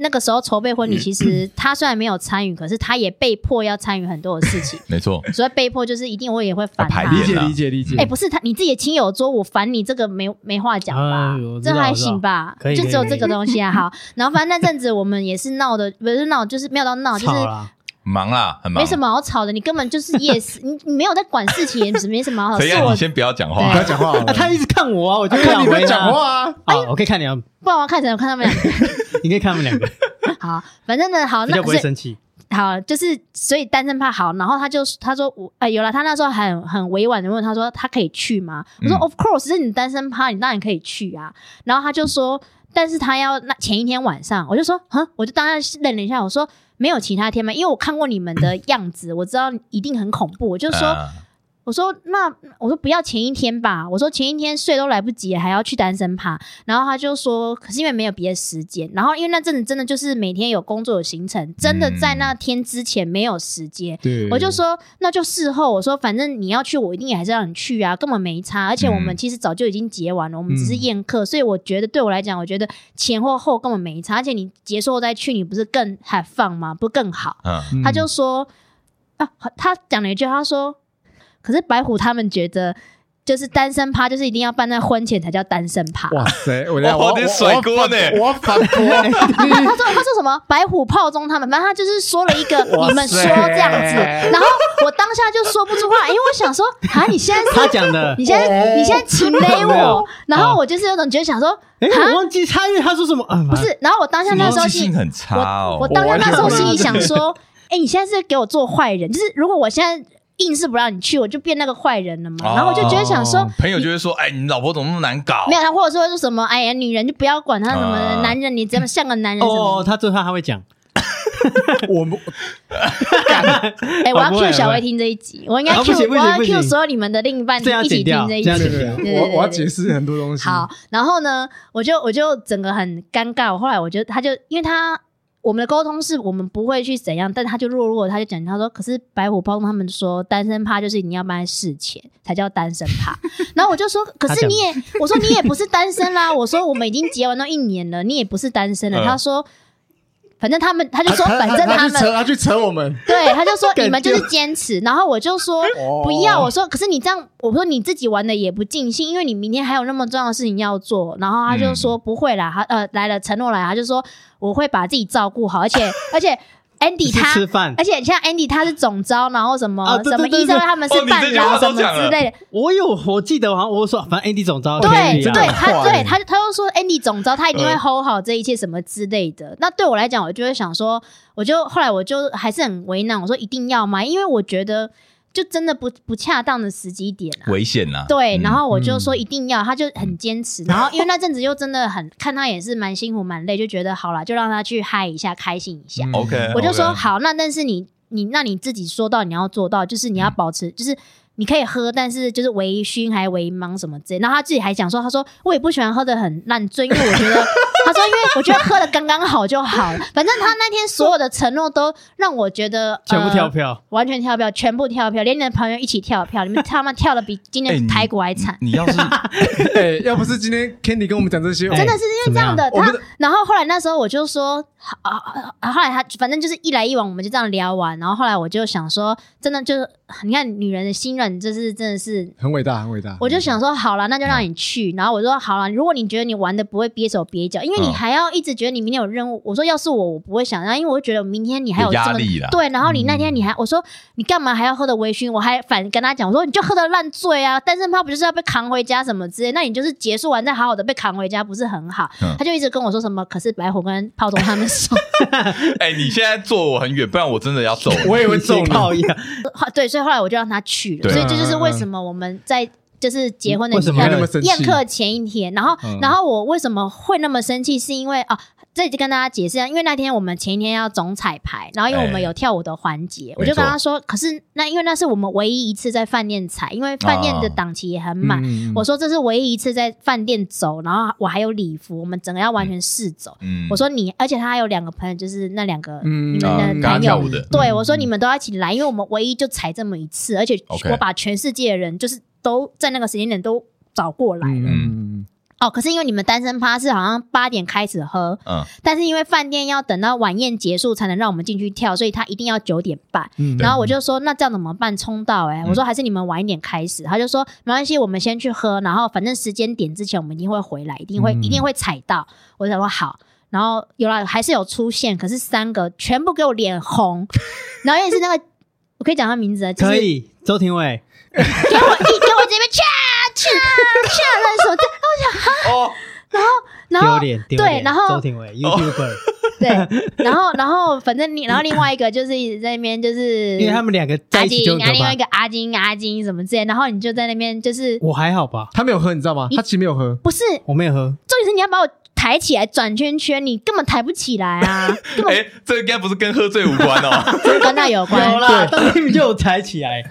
那个时候筹备婚礼，其实他虽然没有参与，可是他也被迫要参与很多的事情，
没错，
所以被迫就是一定我也会
要
烦
排
他。
练
理
啊
解理解理解
嗯
哎、。不是他，你自己的亲友桌，我烦你这个没没话讲
哎
吧？
我知
这
道
还行吧
我知道可？以
就只有
可以
这个东西 啊。好，然后反正那阵子我们也是闹的，不是闹，就是没有到闹，就是
吵啦，
忙啦，很忙。
没什么好吵的。你根本就是 yes，你 你没有在管事情，没什么好。
陈
是
燕，
我
你先不要讲
不
话
要。讲话好
啊，
了，
他一直看我啊，我就
哎他
不想
看你
回
们
他
讲话啊，
啊，我可以看你啊，
不然我看谁？我看他们两个。
你可以看我们两个，
好，反正呢，好，
比
哎那
较不会
所以
生气。
好，就是所以单身怕好。然后他就他说我哎、有了，他那时候很很委婉的问他说他可以去吗？我说、哦
嗯
Of course，是你单身趴，你当然可以去啊。然后他就说，但是他要那前一天晚上，我就说哼，我就当然愣了一下，我说没有其他天吗？因为我看过你们的样子，我知道一定很恐怖，我就说。
啊
我说那我说不要前一天吧，我说前一天睡都来不及了，还要去单身趴。然后他就说，可是因为没有别的时间，然后因为那阵子真的就是每天有工作有行程，真的在那天之前没有时间。
嗯对
我就说，那就事后。我说，反正你要去，我一定也还是让你去啊，根本没差。而且我们
嗯
其实早就已经结完了，我们只是
嗯
宴客，所以我觉得对我来讲，我觉得前或后根本没差。而且你结束后再去，你不是更 have fun 吗？不更好？
嗯，
嗯
他就说啊，他讲了一句，他说，可是白虎他们觉得。就是单身趴，就是一定要办在婚前才叫单身趴。
哇塞，我来
哇
我要
你甩锅呢
我要反驳 哎我要反
他
驳你。
说他说什么白虎炮中他们，反正他就是说了一个
哇塞
你们说这样子，然后我当下就说不出话，因为我想说啊，你现在 是
他讲的
你，现
哦
在你现在请勒
哦没
我啊
有，
然后我就是有种觉得想说
哎，
啊
我忘记参与，他说什么啊？
不是，然后我当下那时候
你记
心
性很差
我
哦。
当
我完
时那
全
时候
不知
心
道
里
这
想
个
说，哎、你现在是给我做坏人，就是如果我现在硬是不让你去，我就变那个坏人了嘛。然后我就觉得想说。
哦朋友就会说：“哎，你老婆怎么那么难搞
没有，他或者说是什么？哎呀，女人就不要管她什么
啊
男人，你怎么像个男人什
哦，
么？
他最后他会讲，
我们
哎，我要
哦不会
Q 小
不会
薇听这一集，我应该
啊
Q
不行不
我
行
要
不
Q
行
所有你们的另一半
这样
一起
剪掉
听这一
这样
集
对。
剪
对
掉
对
对，我
对
我要
对
解释很多东西。
好，然后呢，我就我就整个很尴尬。我后来我就他就因为他我们的沟通是我们不会去怎样，但他就弱弱，他就讲他说，可是白虎帮他们说单身趴就是你要办在事前才叫单身 趴。然后我就说，可是你也我说你也不是单身啦，我说我们已经结完都一年了，你也不是单身了。
嗯
他说，反正他们他就
他
说，
他
反正
他
他
去扯
们。
他去扯我们，
对，他就说
感
你们就是
觉
坚持，然后我就说不要，
哦
我说，可是你这样，我说你自己玩的也不尽兴，因为你明天还有那么重要的事情要做。然后他就说、不会啦，
嗯
他呃来了，承诺来了，他就说我会把自己照顾好，而且 而且
去
Andy
吃
他，哎
饭
而，且像 Andy 他是总招，然后什么、
啊对
什么
对对
医生
对
他们
哦
是
你
伴
这句话
郎
都
什么
讲
之
了
类的，
我有，我记得好像我说，反正 Andy 总招可
对
以啊
对，
很
他
坏
对他他就说 Andy 总招，他一定会
嗯
hold 好这一切什么之类的。那对我来讲，我就会想说，我就后来我就还是很为难，我说一定要吗？因为我觉得就真的不不恰当的时机点啊。
危险呐！”
对，
嗯
然后我就说一定要，他就很坚持。然后因为那阵子又真的很看他也是蛮辛苦蛮累，就觉得好啦，就让他去嗨一下，开心一下。
嗯
OK，
我就说
OK
好，那但是你你那你自己说到你要做到，就是你要保持，就是你可以喝，但是就是微醺还微茫什么之类。然后他自己还讲说，他说我也不喜欢喝的很烂醉，因为我觉得他说因为我觉得喝的刚刚好就好了。反正他那天所有的承诺都让我觉得
全部
呃
跳票，
完全跳票，全部跳票，连你的朋友一起跳票，你们他妈跳的比今
哎
天
你
台股还惨。
你要 是
哎，要不是今天 Candy 跟我们讲这些，哦
哎
真的是因为这样的，
怎么
他
样我们
然后后来那时候我就说，啊啊，啊后来他反正就是一来一往，我们就这样聊完。然后后来我就想说，真的就是你看女人的心软，这是真的是，
很伟大，很
啊
伟大。
我就
嗯
想说好了，那就让你去。然后我说好了，如果你觉得你玩的不会憋手憋脚，因为你
嗯
还要一直觉得你明天有任务。我说要是我，我不会想，然后啊因为我会觉得明天你还有
有压
这么
力啦嗯
对，然后你那天你还我说你干嘛还要喝的微醺？我还反跟他讲，我说你就喝的烂醉啊，单身趴不就是要被扛回家什么之类？那你就是结束完再好好的被扛回家，不是很好？
嗯
他就一直跟我说什么，可是白虎跟炮筒他们说，
哎，你现在坐我很远，不然我真的要走了。
我也会揍你，
靠一样，
对，所以后来我就让他去了。
对
所以这就是为什么我们在。就是结婚的
为什么
呃
会那
么生气
宴客前一天，然后，
嗯
然后我为什么会那么生气？是因为啊，这里就跟大家解释一下，因为那天我们前一天要总彩排，然后因为我们
哎
有跳舞的环节，我
没
就跟
错
他说，可是那因为那是我们唯一一次在饭店彩，因为饭店
啊
的档期也很满，
嗯
我说这是唯一一次在饭店走，然后我还有礼服，我们整个要完全试走。
嗯
我说你，而且他还有两个朋友，就是那两个
嗯
你们
啊
的
跟他
男
跳
友
舞，的，嗯
对我说你们都要一起来，因为我们唯一就踩这么一次，而且
OK
我把全世界的人就是都在那个时间点都找过来了。
嗯嗯嗯
哦，可是因为你们单身趴是好像八点开始喝，
嗯，
但是因为饭店要等到晚宴结束才能让我们进去跳，所以他一定要九点半。
嗯
然后我就说那这样怎么办？冲到哎、欸
嗯
我说还是你们晚一点开始。他就说没关系，我们先去喝，然后反正时间点之前我们一定会回来，一定会、
嗯
一定会踩到。我就想说好。然后有了，还是有出现，可是三个全部给我 脸红，然后也是那个，我可以讲他名字啊，就是
可以，周廷伟，
给我一给我这边掐掐掐了手，
哦，
然
丢
后
脸，丢
对
脸
然后哦
周廷伟 YouTuber，
对，然后然后反正你，然后另外一个就是一直在那边就是
因为他们两个在
阿
一起就
金
很
啊，
可
另外
怕
一。个阿金阿金什么之类，然后你就在那边就是
我还好吧，
他没有喝，你知道吗？他其实没有喝，
不是
我没有喝，
重点是你要把我抬起来转圈圈，你根本抬不起来啊，根本
哎，这应该不是跟喝醉无关 哦。
不跟那有关。
啦，但是又抬起来，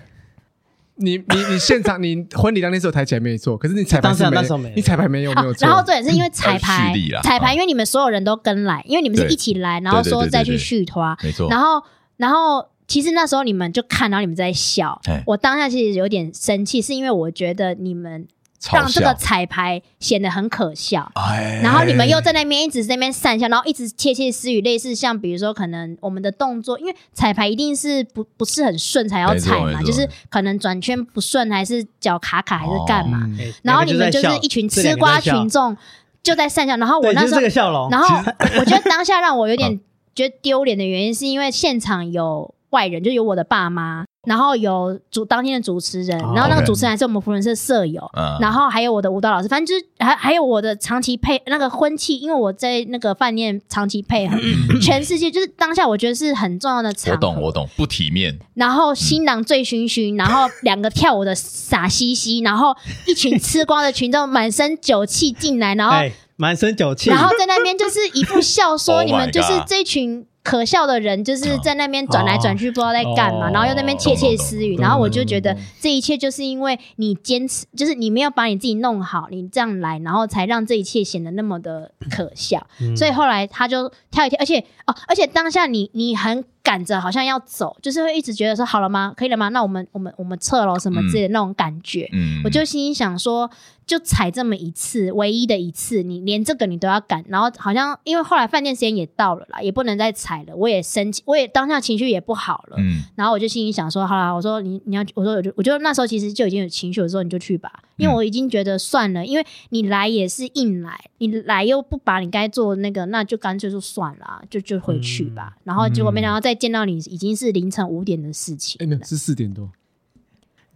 你你你现场你婚礼当天是有抬起来没错，可是你彩排是
当时
没
当时没有
你彩排没有没有
哦，
错。
然后重点是因为彩排
还有蓄力啦，
彩排，因为你们所有人都跟来，因为你们是
对
一起来，然后
对对
说
对
再
对
去
对
续团，
没错，
然后，然后其实那时候你们就看，然后你们在笑
哎。
我当下其实有点生气，是因为我觉得你们让
嘲
这个
笑，
彩排显得很可笑。
哎
然后你们又在那边一直在那边讪笑，然后一直窃窃私语，类似像比如说可能我们的动作，因为彩排一定是不不是很顺才要
没错
踩
没
嘛，
错
就是可能转圈不顺，还是脚卡卡，还是干嘛？
嗯
哎
然后
两个
你们
在
就是
笑
一群
这
吃
两个在
瓜
笑
群众就在讪笑，然后我
对，
那
就
时
是
候
这个笑容，
然后我觉得当下让我 有点觉得丢脸的原因，是因为现场有外人，就有我的爸妈，然后有主当天的主持人，
哦
然后那个
OK
主持人还是我们福伦社舍友。
嗯
然后还有我的舞蹈老师，反正就是还还有我的长期配那个婚庆，因为我在那个饭店长期配合，全世界就是当下我觉得是很重要的
嗯
场
我
合。
懂我懂，不体面，
然后新郎醉醺醺，然后两个跳舞的傻兮兮，然后一群吃瓜的群众满身酒气进来，然后
哎，满身酒气，
然后在那边就是一副笑说
Oh my
你们就是
God
这群可笑的人，就是在那边转来转去，不知道在干嘛，
哦
然后又在那边窃窃私语，
懂
然后我就觉得
懂
这一切就是因为你坚持，就是你没有把你自己弄好，你这样来，然后才让这一切显得那么的可笑。
嗯
所以后来他就跳一跳，而且哦，而且当下你你很赶着，好像要走，就是会一直觉得说好了吗？可以了吗？那我们我们我们撤了什么之类的那种感觉。
嗯，
我就心里想说，就踩这么一次，唯一的一次，你连这个你都要赶，然后好像因为后来饭店时间也到了啦，也不能再踩了，我也生气，我 也当下情绪也不好了，
嗯，
然后我就心里想说，好啦，我说你你要，我说我就我就那时候其实就已经有情绪，我说你就去吧，因
嗯
为我已经觉得算了，因为你来也是硬来，你来又不把你该做的那个，那就干脆就算了啊，就就回去吧。
嗯
然后结果没想到再见到你已经是凌晨五点的事情了，
哎没有是四点多，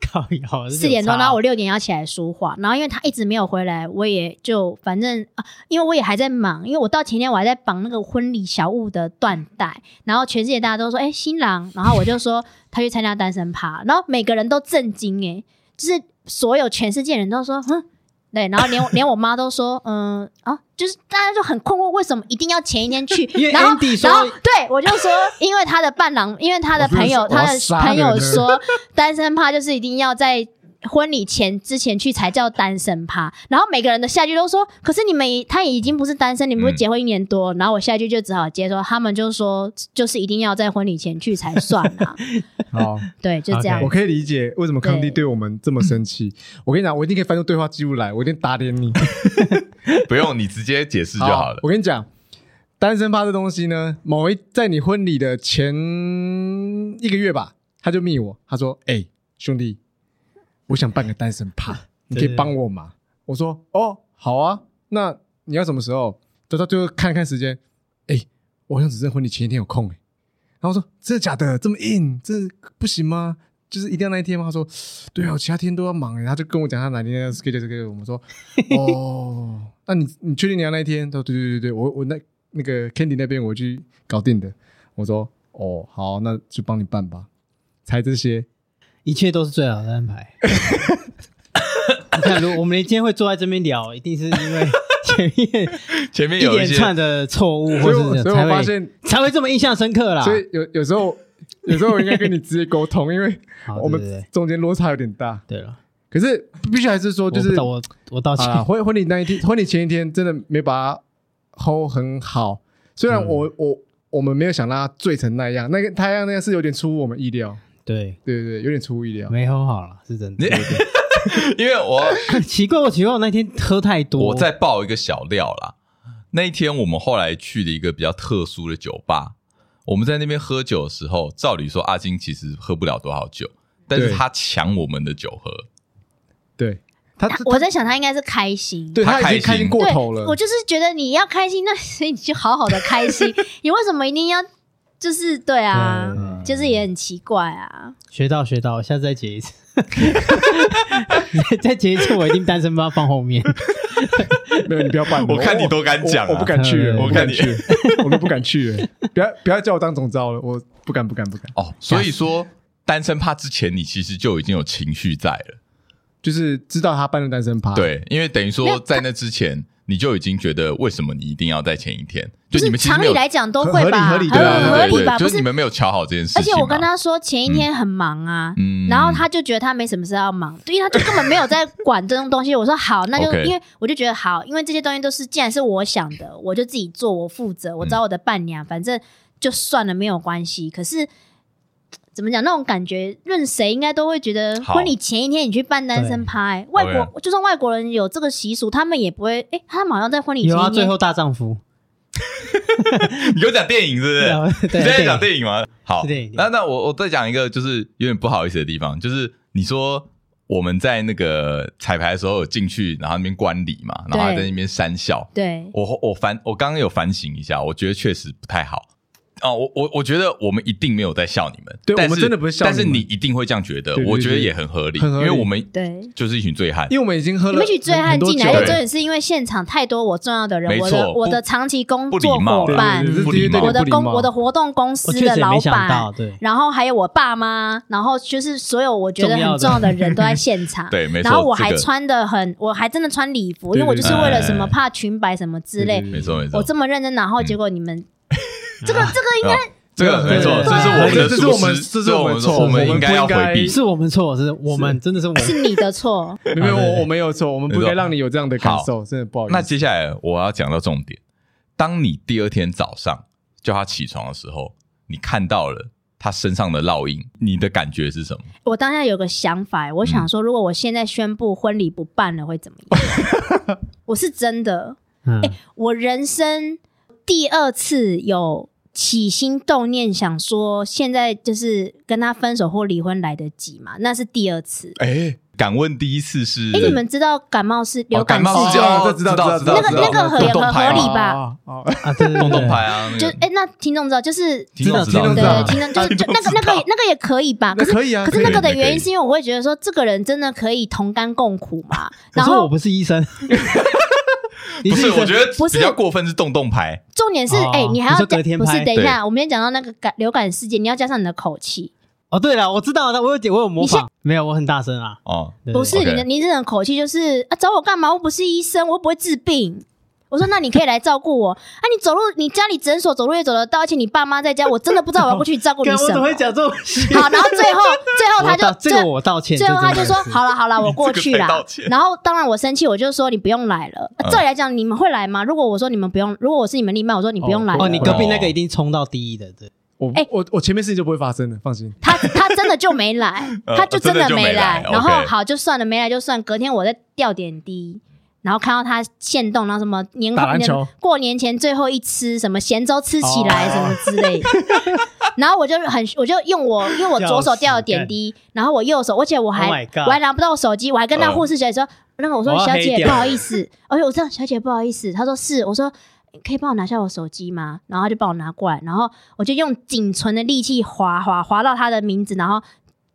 靠腰
四点多，然后我六点要起来说话，然后因为他一直没有回来，我也就反正啊，因为我也还在忙，因为我到前天我还在绑那个婚礼小物的缎带，然后全世界大家都说哎、新郎，然后我 就说他去参加单身趴，然后每个人都震惊哎、就是所有全世界人都说哼。对，然后连我连我妈都说，嗯，啊，就是大家就很困惑，为什么一定要前一天去？
因为
然后
Andy，说
然后对我就说，因为他的伴郎，因为他的朋友，
我真的
他
是
的
我要杀
朋友
人了
说，单身趴就是一定要在婚礼前之前去才叫单身趴。然后每个人的下句都说，可是你们已他也已经不是单身，你们
嗯
会结婚一年多。然后我下句就只好接说，他们就说就是一定要在婚礼前去才算 啊。
好，
对，就这样
OK
我可以理解为什么康帝
对
对我们这么生气。我跟你讲，我一定可以翻出对话记录来，我一定打脸 你。
不用你直接解释就好了。
我跟你讲，单身趴这东西呢，某一在你婚礼的前一个月吧，他就密我，他说：“哎、兄弟，我想办个单身趴，你可以帮我吗？”我说：“哦，好啊，那你要什么时候？”就到最后看一看时间，哎、我好像只剩婚礼前一天有空哎、然后我说：“真的假的？这么硬，这不行吗？”就是一定要那一天吗？他说：“对啊，我其他天都要忙。”哎，他就跟我讲他哪天要 schedule schedule。我们说：“哦，那你你确定你要那一天？他说对对对对，我我那那个 Candy 那边我去搞定的。我说哦，好，那就帮你办吧。才这些，
一切都是最好的安 排。你看，如果我们今天会坐在这边聊，一定是因为前 面
前面
一
有
连
些
串的错误，
所
或
以
是
我
什
所
么
以我
才
发
会
现，
才会这么印象深刻啦。
所以有有 时候有时候我应该跟你直接沟通，因为
好
我
对对
们
对
中间落差有点大。
对了，
可是必须还是说，
我
就
不
是
懂，我我道歉。
啊，婚婚礼那一天，婚礼前一天真的没把它 hold 很好。虽
嗯
然我、我我们没有想让他醉成那样，那个他那样那样是有点出乎我们意料，
对，
对对对，有点出乎意料。
没吼好了，是真的。
因为我
奇怪，我奇怪，我那天喝太多，
我再爆一个小料啦。那一天我们后来去了一个比较特殊的酒吧，我们在那边喝酒的时候，照理说阿金其实喝不了多少酒，但是
对
他抢我们的酒喝，
对他，
我在想他应该是开心，
对
他
他已经
开
开
心
心过头了
对，我就是觉得你要开心，那所以你就好好的 开心，你为什么一定要就是对啊，就是也很奇怪啊。
学到学到，下次再结一次。 再结一次，我一定单身包放后面。
没有，你不要办。
我看你都敢讲啊
我我不敢去了，
嗯
我不
我看
敢
你
去了， 我都不敢去了。不要不要叫我当总招了，我不敢不敢不敢。
哦，所以说单身趴之前，你其实就已经有情绪在了，
就是知道他办了单身趴，，
对，因为等于
没
说
有
在那之前，你就已经觉得为什么你一定要在前一天，就你
就是
们其实
常
没有
理来讲都会吧，
合理合理
很
对啊对
合
对
理吧？
对，
不
就是你
是，
们没有瞧好这件事情嘛，
而且我跟他说前一天很忙啊，
嗯
然后他就觉得他没什么事要忙，对，因为他就根本没有在管这种东西。我说 好，那就
OK
因为我就觉得好，因为这些东西都是既然是我想的，我就自己做，我负责，
嗯
我找我的伴娘，反正就算了，没有关系。可是怎么讲，那种感觉，任谁应该都会觉得，
好
婚礼前一天你去办单身趴、欸外国
OK
就算外国人有这个习俗，他们也不会，哎、他们好像在婚礼前
有啊，
一
最
天，
后大丈夫。
你给我讲电影是不是？
对
你
啊
现在讲
对
电影吗？好
是电影，
那那我我再讲一个，就是有点不好意思的地方，就是你说我们在那个彩排的时候有进去，然后那边观礼嘛，然后还在那边讪笑。
对，
我我反我刚刚有反省一下，我觉得确实不太好。哦，我我我觉得我们一定没有在笑你们，
对
但
我们真的不是笑你
但
们
是你一定会这样觉得，
对对对
我觉得也很合理，
很合理
因为我们
对
就是一群醉汉，
因为我们已经喝
你
了
们
很，
去醉汉
很多
进
酒
来，
了
而且重点是因为现场太多我重要的人，
没
我
错
的我
不
的长期工
不礼
作
貌
伙
对
伴
对，对
不
对
礼
对
貌。
对
我的
不礼
公
貌
我的活动公司
我确
的
实也
老
没想到，
板，
对，
然后还有我爸妈，然后就是所有我觉得很重要的人都在现 场
对，没错，
然后我还
这个
穿的很，我还真的穿礼服，
对
因为我就是为了什么
对对
怕裙摆什么之类
对对，
没错没错，
我这么认真，然后结果你们 这个这个应
啊
该
这个没错，
对
这是我们的
这
疏
是
失，
我们这是
我们
我们错
我们
我们
应该
不
要
应该
回避。
是我们错，是我们真的是我 们。
是哎你的错，
没有
啊对对
我我没有错，我们不
没错
该让你有这样的感受，真的不好意思。
那接下来我要讲到重点，当你第二天早上叫他起床的时候，你看到了他身上的烙印，你的感觉是什么？
我当下有个想法，我想说，如果我现在宣布婚礼不办了，会怎么样？我是真的，
嗯，
我人生第二次有起心动念，想说现在就是跟他分手或离婚来得及嘛？那是第二次。
哎，敢问第一次是？
哎、你们知道感冒是流
哦感
感
冒是
事件，
哦
哦这知道
道
知
知
道
道
那
知
个
道
那个合
洞洞
合
拍
理
嘛，
吧
哦？哦
啊，对对
洞洞
对
拍啊，那
就
个
哎、那听众知道，就是
听众
知道
道
知
对
道
对，听众 就是就那个那个也那个也可以吧？
那
可是
可以啊，
可是
以
那个
可
的
以
原因是因为我会觉得说，这个人真的可以同甘共苦嘛？
我
然
说
后
我不是医生， 你
不
医
是，
生
我觉得
不是
比较过分是洞洞拍，
重点是，
哦
哎、你还
你
要
说
讲
隔天
不是？
拍
等一
对
下，我们先讲到那个感流感事件，你要加上你的口气，
哦，对了，我知道了，我有点我有模仿，没有，我很大声啊，
哦，
对
不是
OK
你的，你这种口气就是啊，找我干嘛？我不是医生，我又不会治病。我说那你可以来照顾我啊，你走路，你家里诊所走路也走得到，而且你爸妈在家，我真的不知道我要过去照顾你
干我
什
怎么
么
会。讲这种事？
好，然后最后 最后他
我
就
道这个
最
我道歉，
最后他就说
这真的是
好了好了，我过
这个
去
才
啦
道歉。
然后当然我生气，我就说你不用来了。啊
嗯，
照理来讲，你们会来吗？如果我说你们不用，如果我是你们另一半，我说你不用来了。
哦，你隔壁那个一定冲到第一的，对，
我
哎
我我前面事情就不会发生的，放心。
他他真的就没来
呃
他就真
真的就没
没
来
来。然
OK
后好就算了，没来就算。隔天我再吊点滴，然后看到他现动，然后什么年
打篮
年
球
过年前最后一吃什么咸粥吃起来什么之类的。然后我就很，我就用我，因为我左手吊了点滴，然后我右手，而且我还、
Oh my God
我还拿不到我手机，我还跟那
嗯
护士小姐说，那个我说
我要
小
黑
姐
掉
不好意思，而且我说小姐不好意思，她说是，我说可以帮我拿下我手机吗？然后她就帮我拿过来，然后我就用仅存的力气划划划到她的名字，然后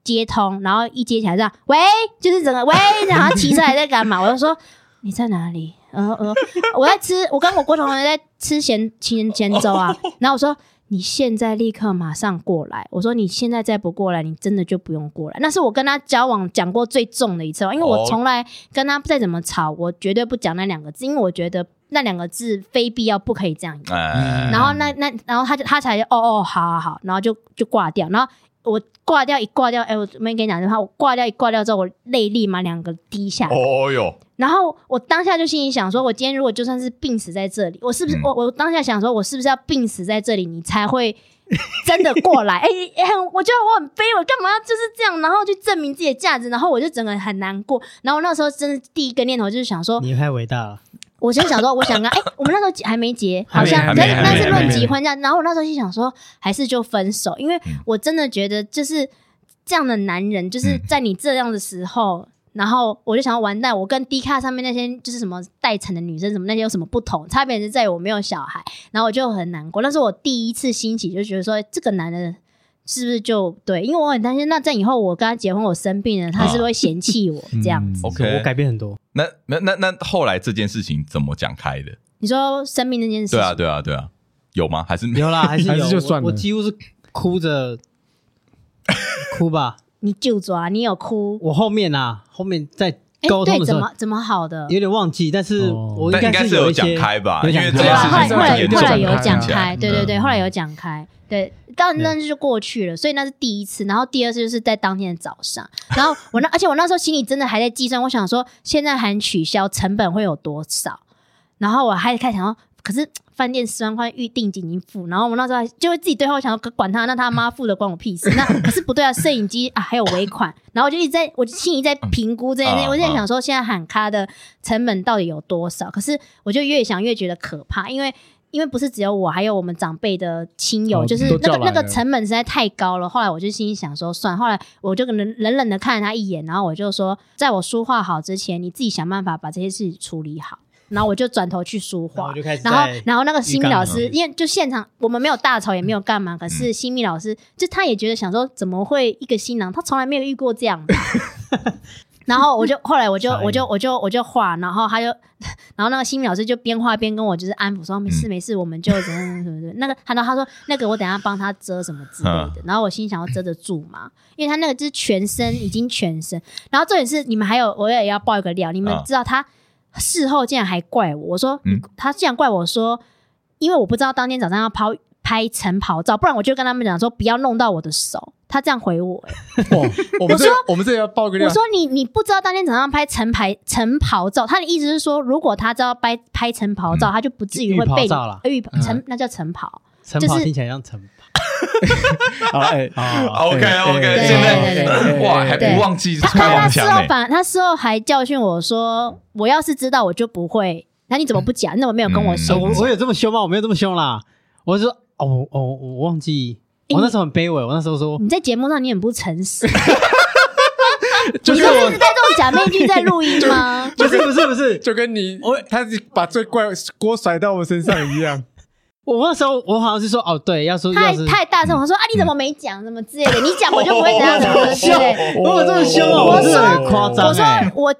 接通，然后一接起来这样，喂，就是整个喂， 然后骑车还在干嘛？我就说你在哪里？然后我说我在吃， 我跟我郭同学在吃咸咸咸粥 啊，然后我说。你现在立刻马上过来！我说你现在再不过来，你真的就不用过来。那是我跟他交往讲过最重的一次哦，因为
哦
我从来跟他再怎么吵，我绝对不讲那两个字，因为我觉得那两个字非必要不可以这样用。
哎，
然后那那然后他就他才哦哦好好好，然后就就挂掉。然后我挂掉一挂掉，哎、我没跟你讲这话，我挂掉一挂掉之后，我泪立马两个滴下来。
哦哟，
然后我当下就心里想说，我今天如果就算是病死在这里，我是不是、
嗯
我我当下想说，我是不是要病死在这里，你才会真的过来？ 哎、哎我觉得我很悲，我干嘛要就是这样，然后去证明自己的价值，然后我就整个很难过。然后我那时候真的第一个念头就是想说，
你太伟大了，
我先想说，我想跟哎、我们那时候结还没结，
还
好
没
像
还
可
没
是
还
那
没
是
还
论
没嗯
及婚嫁。然后我那时候就想说，还是就分手，因为我真的觉得就是这样的男人，就是
嗯
在你这样的时候，然后我就想要完蛋，我跟 D 卡上面那些就是什么待产的女生什么那些有什么不同？差别是在于我没有小孩，然后我就很难过。那是我第一次兴起，就觉得说哎这个男人。是不是就对？因为我很担心，那这样以后我跟他结婚，我生病了，他是不是会嫌弃我这样子？
嗯 OK
我改变很多，
那那那那后来这件事情怎么讲开的？
你说生病那件事情，
对啊，对啊，对啊，有吗？还是没有？
有啦，还是
还是
有，
就算了
我我几乎是哭着哭吧。
你就抓，你有哭？
我后面啊，后面在
哎，
沟通
对，
的时
怎
候
么怎么好的？
有点忘记，但是
哦
我
但应该
该
是
有
有
一
讲
些
开吧，
有
因
讲
为
开
这
对
件
啊，
事
后来
情是
后
蛮
来
严
后
重
来
的
有讲
听起来
开，对对对，
嗯
后来有讲开，对，但那就过去了，所以那是第一次，然后第二次就是在当天的早上，然后我那 而且我那时候心里真的还在计算，我想说现在含取消成本会有多少，然后我还开始想说，可是饭店十万块预定金已经付，然后我那时候还就会自己对话，我想说管他，那他妈付的关我屁事，那可是不对啊，摄影机啊还有尾款，然后我就一直在我心里在评估这件事，
啊
我在
啊
想说现在喊咖的成本到底有多少，可是我就越想越觉得可怕，因为。因为不是只有我，还有我们长辈的亲友，
哦
就是
都
那
叫
个
来
那个
了
成本实在太高了。后来我就心里想说，算。后来我就冷冷冷的看了他一眼，然后我就说，在我梳化好之前，你自己想办法把这些事处理好。然后我就转头去梳
然后
化
我，就开始
然后
在，
然后那个新密老师，
浴缸嗯
因为就现场我们没有大吵，也没有干嘛，可是新密老师就他也觉得想说，怎么会一个新郎，他从来没有遇过这样 的。然后我就后来我就
傻眼
我就我就我就画，然后他就， 然后那个新密老师就边画边跟我就是安抚
嗯
说没事没事，我们就怎么怎么怎么怎么。那个他然后他说那个我等一下帮他遮什么之类
嗯
的，然后我心想要遮得住嘛，因为他那个就是全身已经全身，然后重点是你们还有我也要爆一个料，你们
啊
知道他事后竟然还怪我，我说、
嗯
他竟然怪我说，因为我不知道当天早上要抛拍晨跑照，不然我就跟他们讲说不要弄到我的手。他这样回我、欸
哇，哦我们这
说
我们这也要爆个料
我，说你你不知道当天早上拍晨排晨跑照，他的意思是说，如果他知道拍拍晨跑照，他就不至于会被
浴袍照啦
你浴袍
嗯
晨那叫晨跑，
晨
就
跑
是
听起来像晨跑。
好哎
啊，
OK
对
OK，现
对
对
在
对
哇还
对
不忘记
他
开
他
黄
他事
腔
后
呢，
反他事后还教训我说，我要是知道我就不会。那你怎么不讲？你怎么没有跟我
嗯
先
哦
讲？
我我有这么凶吗？我没有这么凶啦，我是说哦我哦我忘记，
诶
我那时候很卑微，我那时候说
你在节目上你很不诚实，
就
你
跟
都是一
我
直戴这种假面具在录音吗？
不是不是不是，
就跟你
我
他是把最怪锅甩到我身上一样，
我那时候我好像是说哦对，要说
他
要
还
是
他还大声我说啊，你怎么没讲什么之类的？你讲我就不会怎样怎么之类的。
我有这么凶哦，
我
我真的
说
很夸张
我
哎
说。我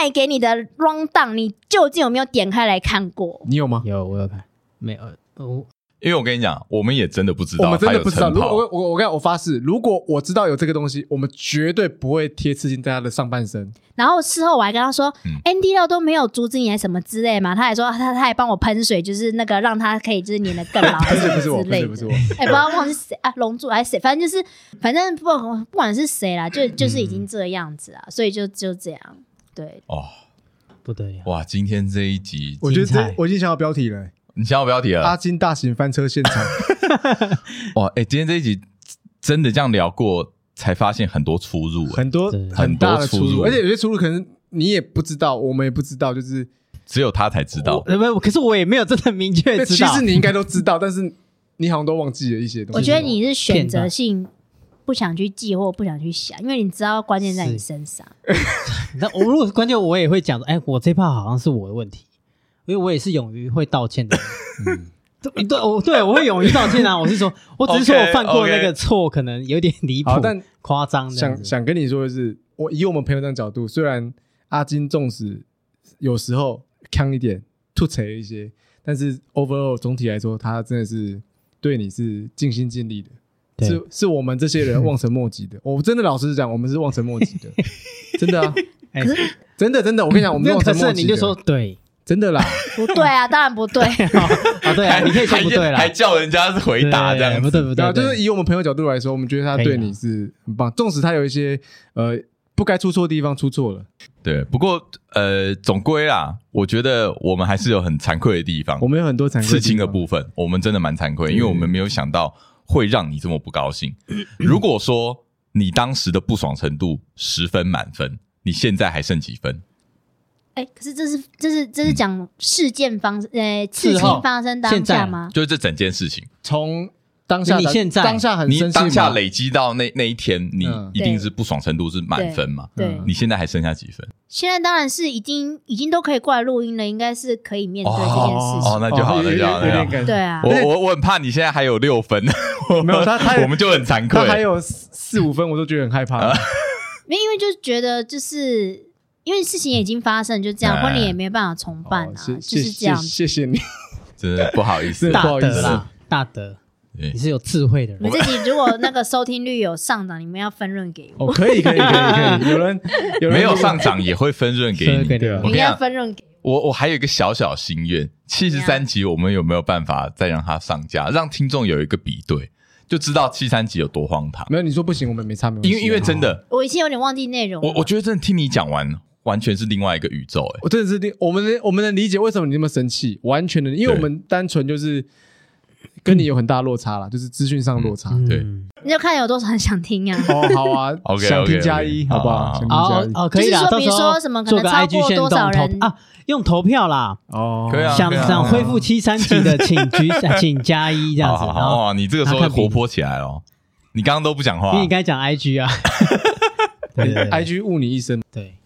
赖给你的 round down，你究竟有没有点开来看过？
你有吗？
有我有看，没有呃我
因为我跟你讲，我们也真的不知
我
道
们真
他
的
有
不知道。
晨
如果
跑
我我我跟你讲我发誓，如果我知道有这个东西，我们绝对不会贴刺青在他的上半身。
然后事后我还跟他说、哎
嗯
a n d y 料都没有阻止你还什么之类嘛，他还说他他还帮我喷水，就是那个让他可以就是粘的更牢，
不是不是我，
之
不
类
是
的
不是我，
哎、不知道忘记谁啊，龙柱还是谁，反正就是反正不不管是谁啦，就就是已经这样子啊，所以就就这样，对，
哦，
不得了，
哇，今天这一集，
我觉得
精彩
这我已经想好标题了、
你想好标题
阿
了
金大型翻车现场。
哇？哎，今天这一集真的这样聊过，才发现很多出入，哎
很多
对
很大的出
很多出
入，
入
而且有些出入可能你也不知道，我们也不知道，就是
只有他才知道。
呃不，可是我也没有真的明确
其
知道
实。你应该都知道，但是你好像都忘记了一些东西。
我觉得你是选
骗
择
他
性不想去记或不想去想，因为你知道关键在你
是
身上。
那我如果关键我也会讲，哎，我这怕好像是我的问题，因为我也是勇于会道歉的人。 对对，我对我会勇于道歉啊！我是说，我只是说我犯过那个错，可能有点离谱
好，但
夸张这样
想
子。
想跟你说的是，我以我们朋友这样角度，虽然阿金纵使有时候呛一点、吐槽一些，但是 overall 总体来说，他真的是对你是尽心尽力的。
对
是是我们这些人望尘莫及 的，我真的老实讲，我们是望尘莫及的，真的啊，
哎
真的真的，我跟你讲，我们
没有
望
可
尘莫
是
及
你
的。
就说对，
真的啦，
不对啊，当然不对。
啊，对啊，你可以说不对啦
还，叫人家回答这样
不
子，
对不
对
对，
啊，就是
对
以我们朋友角度来说，我们觉得他
可以啊
对
啦
你是很棒，纵使他有一些呃不该出错的地方出错了，
对，不过呃，总归啦，我觉得我们还是有很惭愧的地方
我，们有很多惭愧地
刺青的
方
部分，我们真的蛮惭愧，因为我们没有想到会让你这么不高 兴。如果说你当时的不爽程度十分满分，你现在还剩几分？
哎，可是这是这是这是讲事件发生，呃，事
事后
情发生当
现在
下
啊
吗？
就是这整件事情，
从当下的
你现在
当下很
你
生气嘛，
当下累积到那那一天，你
嗯
一定是不爽程度是满分嘛？
对，
你现在嗯还剩下几分？
现在当然是已经已经都可以过来录音了，应该是可以面对这件
哦，
事情。
那就好，
哦有
那
有
就好，那
有点
就好。
感觉
对啊，
我我我很怕你现在还有六分，我
没有他他
我们就很惭
他还
愧。
有四四五分，我都觉得很害怕。
没有因为就是觉得就是因为事情也已经发生，就这样，
哎
婚礼也没办法重办
哦
啊，
谢
就
谢
是这样
谢。谢谢你，
真的不好意思，
不
大
好意思
德啦，大德，
对
你是有智慧的
你
人
们，自己如果那个收听率有上涨，你们要分润给我，
哦，可以可以可以可以，有人有人
没有上涨也会分润给你
分给。你
对啊
们
你
我跟
应
你
该
讲，
分润给我。
我我还有一个小小心愿，七十三集我们有没有办法再让它上架，让听众有一个比对，就知道七三集有多荒唐。
没有你说不行，我们没差，没关
嗯
系
因为因为真，的，
我已经有点忘记内容了。
我我觉得真的听你讲完，完全是另外一个宇宙、欸。
我真的是理我们能我们能理解为什么你那么生气，完全的，因为
对
我们单纯就是跟你有很大落差啦，就是资讯上落差。
嗯
对
你就看有多少人想听啊。
哦，好啊
OK，OK，OK
想听加一，好不
好
好？想听加
哦
一，
哦，可以啦，到
就是说
时
比如
候
说什么可能
做个
超
IG
过
线动
多少人
投啊，用投票啦，
哦，
可以啊
想
对
想恢复七三级的，请举请加一这样 子，
好
然
好
后
好，你这个时候活泼起来了。哦你刚刚都不讲话
因为，你刚才讲 IG 啊，对对对
IG 误你一生，
对，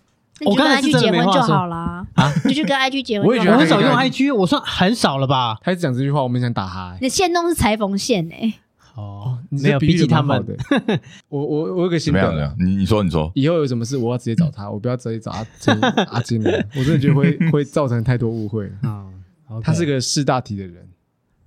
那你
我
就
刚
跟
才是
IG
真
结
的没
婚
话
就
说
好啦，啊，就去跟 IG 结婚就好。
我也觉得
我很
还可以
少用
看
IG，我算很少了吧？
他一直讲这句话，我们想打他。欸
你的线动是裁缝线哎，
哦，
你这
没有
比
比
喻
起
得
他
蛮好
们，
的。 我我我有个心
怎么样？怎么
得，
样？你你说你说，
以后有什么事，我要直接找他，我不要直接找阿金阿金了。我真的觉 得会会造成太多误会了。
嗯，OK
他是个识大体的人，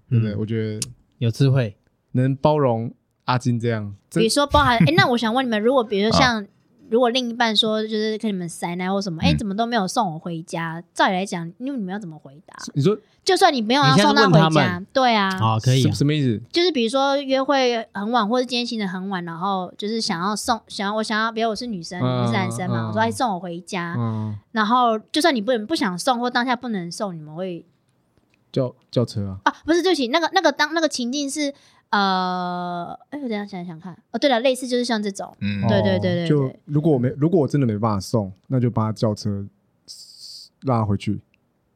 对不对？
嗯
我觉得
有智慧，
能包容阿金这样，
比
真
如说包含哎，那我想问你们，如果比如说像如果另一半说就是跟你们塞奶或什么，哎，
嗯
怎么都没有送我回家？照理来讲，因为你们要怎么回答？
你说
就算你没有要
你现在
送
是问
回
他
家
们，
对啊，
好，哦可以
什
啊，
什么意思？
就是比如说约会很晚，或者今天醒的很晚，然后就是想要送，想要我想要，比如我是女生，
嗯
你是男生嘛，
嗯
我说哎送我回家，
嗯，
然后就算你不能不想送或当下不能送，你们会
叫叫车啊，
啊，不是对不起，那个那个当那个情境是呃，哎，我等一下想想看，哦对了，类似就是像这种，
嗯，
对
哦
对对对
就
对
如果我没如果我真的没办法送，那就帮他叫车拉回去。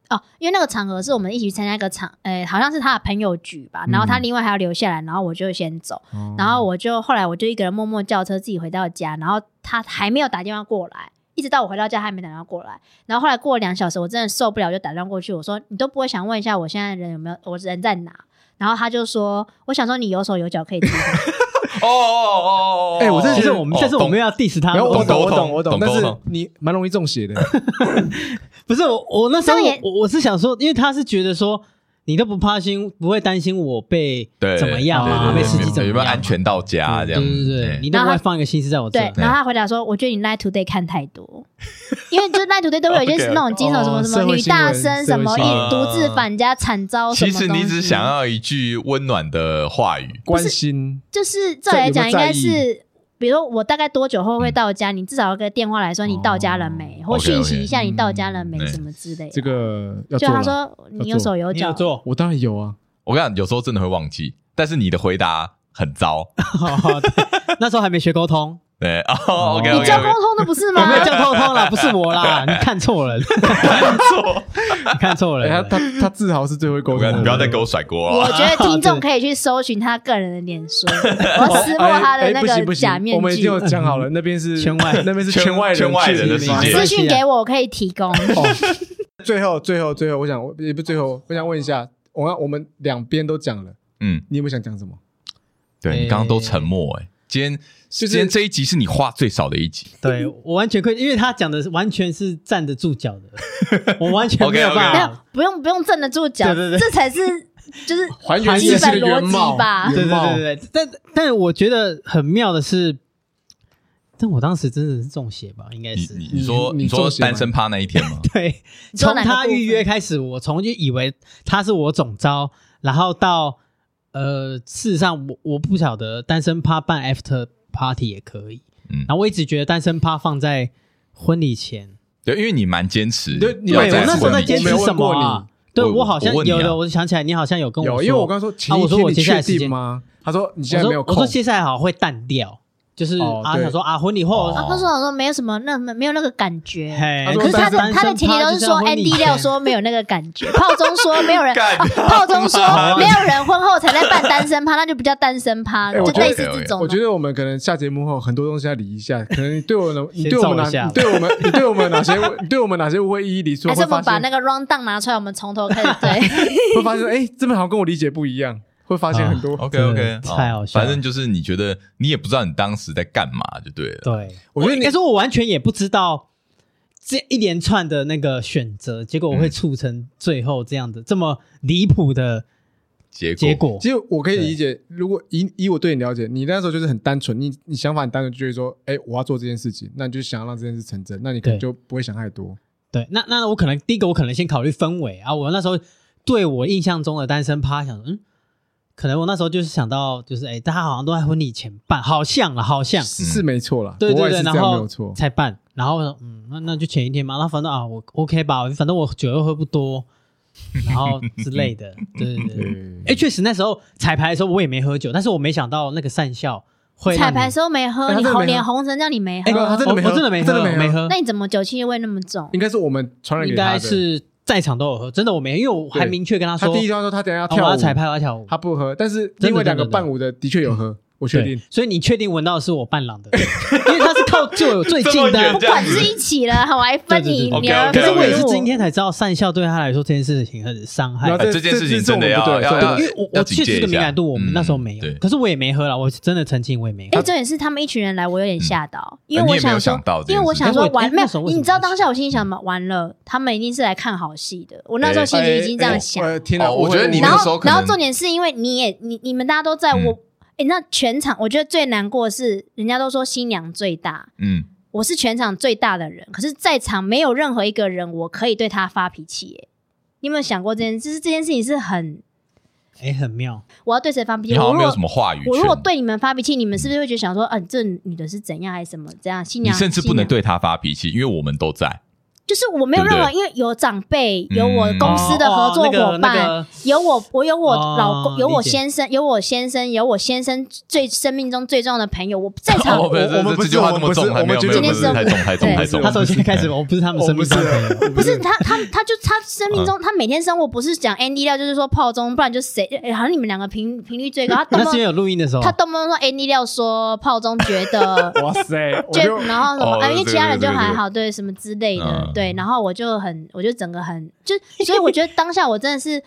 哦，因为那个场合是我们一起去参加一个场，哎，好像是他的朋友局吧，然后他另外还要留下来，然后我就先走，
哦
然后我就后来我就一个人默默叫车自己回到家，然后他还没有打电话过来，一直到我回到家他还没打电话过来。然后后来过了两小时，我真的受不了，我就打电话过去，我说你都不会想问一下我现在人有没有，我人在哪？然后他就说，我想说你有手有脚可以自己回
哦哦哦哦，
哎我真的
其
觉
实
得
我们，但是我们
要
要 diss 他
然
们，
后我懂我
懂
懂我懂
懂，
但
懂
是
懂
你蛮容易中 邪的。
不是我，我那时候
这样也
我我是想说，因为他是觉得说你都不怕心，不会担心我被
对
怎么样啊，
对
被
对
司
对
机
对
怎么
有
样
没
嘛，
有安全到家这
对
样？
对对对，你都不会放一个心思在我这。
对，然后他回答说，我觉得你 lie today 看太多，因为就是 lie today 都会有一些
OK，OK
那种惊悚什么什
哦社
么
会
女
新闻
大
社
生什
会
么
新
闻
一独自返家惨遭什
啊其
么东
实
西。
你只想要一句温暖的话语，
关心
就是照理来讲，
这有没有
应
在
该
意
是，比如说我大概多久后会到家？你至少要个电话来说你到
哦
家了没，或
OK，OK，
讯息一下你到家了
嗯
没
对
什么之类的。
这个要
就
做
他
了，
说你有手有
你
脚
有，做，
我当然有啊，
我跟你讲，有时候真的会忘记，但是你的回答很 糟。
哦对那时候还没学沟 通，
对，哦，OK，
你
OK，
教沟通的不是吗
我？没 有叫沟通啦，不 是我 啦， 你看错了，
错，
你看错
哎，他
了。
他他自豪是最会 沟
我
通
跟
的，
你不要再给我甩锅
我
了。
觉得听众可以去搜寻他个人的脸 书，我撕破他的那
哎哎不
个
行
假
不行我
面
们已经
具
有。讲好了，那边是
圈外
那边是
圈
圈外人
圈外人的
距
世
离
界
私讯给我，我可以提供。
最后最后最后，我想我也不最后，我想问一下，我我们两边都讲了，
嗯，
你有没有想讲什么？
对你刚刚都沉默哎，今天
就是
今天这一集是你话最少的一集。
对我完全可以，因为他讲的完全是站得住脚的， 我完全没有
OK，OK
办
没有
法。，
不用不用站得住脚，
啊对对哦对
这 才是就是
还
原
基
夜
夜
市
市
本
的
逻
原
辑
貌
吧。
对对
原貌
对对，对但但我觉得很妙的是，但我当时真的是中邪吧，应该
你
是
你
你
你说
你
你说
中邪吗
单身趴那一天 吗？
对。
你说
从
哪个部分
他预约开始，我从就以为他是我总招，然后到呃，事实上我我不晓得单身趴办 after party 也可以，
嗯
然后我一直觉得单身趴放在婚礼前，
对，因为你蛮坚持，
对你
对
有
我
在
那时候
问
在
你
坚持
我没有
什么
问过
啊
你？
对
我
我好像
我问你啊
有的，我就想起来，你好像有跟
有，
说，
因为我刚说前
啊
一
我说
天
我
你
接下
确
来时
定
间
吗？他说你现
我
在没有
说我
空
说，接下来好会淡掉，就是
哦
啊
对
想说啊婚礼后
哦
他说我说没有什么那没有那个感觉。
嘿
他说
可是他的
单身
他的前提都
单身趴
是说
就像婚礼
Andy 料说没有那个感 觉，炮中说没有人，
干
啊炮中
啊
说没有人婚后才在办单身趴，那就不叫单身趴，
哎
就
我
类似
觉得
这种
我
的
觉。得我们可能下节目后很多东西要理一下，可能你对我的，你
先
对我
照
们
一下
哪，你对我们，你对我们哪些，你对我们哪些误会一一理出，
还是
会
我
发
们把
现
那个 round down 拿出来，我们从头开始对。
会发现，哎，这边好像跟我理解不一样，会发现很多。
OK OK，
真的太好笑了
反正就是你觉得你也不知道你当时在干嘛就对了。
对，
我觉得
应
你
该说，我完全也不知道这一连串的那个选择，结果我
嗯
会促成最后这样的、这么离谱的
结果
结果。
其实我可以理解，如果以以我对你了解，你那时候就是很单纯，你你想法很单纯，就会说，哎，我要做这件事情，那你就想要让这件事成真，那你可能
对
就不会想太多。
对，那那我可能第一个，我可能先考虑氛围啊。我那时候对我印象中的单身趴，想嗯，可能我那时候就是想到，就是哎，大家好像都在婚礼前办，好像了，好像
是是没错啦，
对
国
对
外
对，
是这
然
样没
后
有错。
才办。然后我说嗯，那那就前一天嘛。那反正啊，我 OK 吧，反正我酒又喝不多，然后之类的，对对对。
对
哎、确实那时候彩排的时候我也没喝酒，但是我没想到那个善笑 会让
彩
你
排时候没喝，
哎他真
你
的
红
没喝
脸红成这样，你没
哎
喝，
他真的
我
没喝
我真的没喝，
真的没喝
我喝
那，你怎么酒气味那么重？
应该是我们传染
应
给他
该
的。
是在场都有喝，真的我没，因为我还
对
明确跟他
他
说，
第一张说他等一下要
啊我
跳
要
舞，
彩排，我要跳舞，
他不喝，但是
的
另外两个
真的真的
伴舞的的确有喝，我确
对
定。
所以你确定闻到的是我伴 郎的，因为他是靠就有最近的
这么
啊
远
不。管是一起了，我还分你
对对对
女儿
可
分
是
我。
我也是今天才知道，善笑对他来说这件事情很伤害
然后。
哎这件事情真的要
这这这
要
这我
要
们
因为我我确实的敏感度，我们那时候没
嗯对
有，可是我也没喝了，我真的澄清我也没
哎、
喝。
重点是他们一群人来，我有点吓到，因
嗯呃你
为
也
我
没有
想说，
想到这件
因为我
事
想说
哎我
完
哎
没
那时候
有，
为什么
你知道当下我心里想嘛，完了，他们一定是来看好戏的。我那时候心里已经这样想，
哎哎哎我呃天哪！
哦我觉得你
然
那个时候
后
可
然
能
后重点是因为你也你你们大家都在
嗯
我，哎、那全场我觉得最难过的是，人家都说新娘最大，
嗯，
我是全场最大的人，可是在场没有任何一个人我可以对他发脾气、耶你有没有想过这件？就是这件事情是很，
哎，很妙，
我要对谁发脾气？
你好
我
像
如
没有
果
什么话语权。
我如果对你们发脾气，你们是不是会觉得想说，嗯、这女的是怎样还是什么这样？新
你
娘
甚至不能，
新娘
对他发脾气，因为我们都在。
就是我没有
对不
任
对
何，因为有长辈，有我
嗯
公司的合作
哦那个
伙伴，
那个
有我，我有我
哦
老公，有我
理解
先生，有我先生，有我先生最生命中最重要的朋友，我 在场。
哦，不是
我我们
这
不
这
是
句话这么
我们不是
重，还没有
我们
没有，不是
今天
太
是
重，太重，
对
太重。
他从现在开始，我不是他们
我
生
不
命
是啊
中的朋友，
我
不是他，他他就他生命
啊
中，他每天生活不是讲 Andy 料，就是说炮中，不然就谁，哎好像你们两个频频率最高。他动
那
不
是因为
动
有录音
哦
的时候，啊
他动不动说 Andy 料说炮中觉得
哇塞，我
就
就
然后什么，
哦
啊因为
对
其他人
对
就
对
还
对
好，对什么之类的
嗯，
对，然后我就很，我就整个很，就所以我觉得当下我真的是，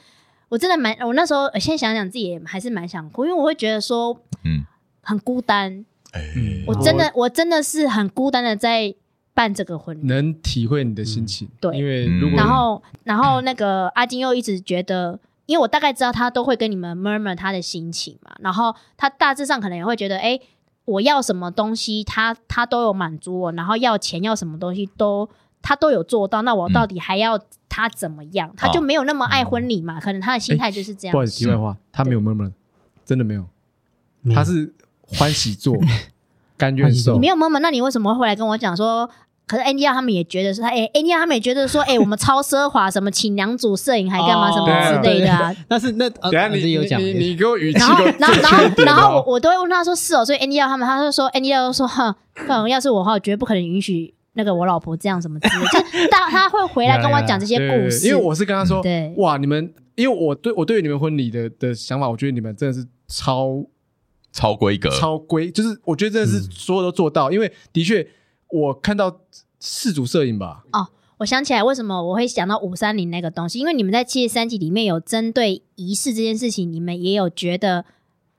我真的蛮，我那时候呃现在想想自己也还是蛮想哭，因为我会觉得说
嗯，
很孤单，
哎，
嗯
我真的我真的是很孤单的在办这个婚礼，
能体会你的心情。
对
因为如
嗯
果
然后然后那个阿金又一直觉得。因为我大概知道他都会跟你们 murmur 他的心情嘛，然后他大致上可能也会觉得，哎、我要什么东西，他他都有满足我，然后要钱要什么东西都他都有做到，那我到底还要他怎么样？他就没有那么爱婚礼嘛，可能他的心态就是这样嗯
不。好意思，题外话，他没有闷闷，真的没有，
没有
他是欢喜 做，甘愿受
你没。有 murmur，那你为什么会来跟我讲说？可是 Andy 他们也觉得是，他哎，Andy 他们也觉得说，哎、我们超奢华，什么请娘主摄影还干嘛，
哦
什么之类的、啊。
但是那呃，
等一下
还是
你
有
你
讲，
你你给我语气
然后
都，
然后，
正
然后
确一，点
然后
哦
我。我都会问他说是哦，所以 Andy 要他们，他就说 Andy 要说，哼，不然要是我的话，我绝对不可能允许那个我老婆这样什么之类的，就是他他会回来跟我讲这些
对对
故
对
事，
因为我是跟他说，
对
哇，你们，因为我对我对于你们婚礼的的想法，我觉得你们真的是超
超规格，嗯
超规，就是我觉得真的是所有都做到，因为的确我看到四组摄影吧，
我想起来为什么我会想到五三零那个东西，因为你们在七十三集里面有针对仪式这件事情，你们也有觉得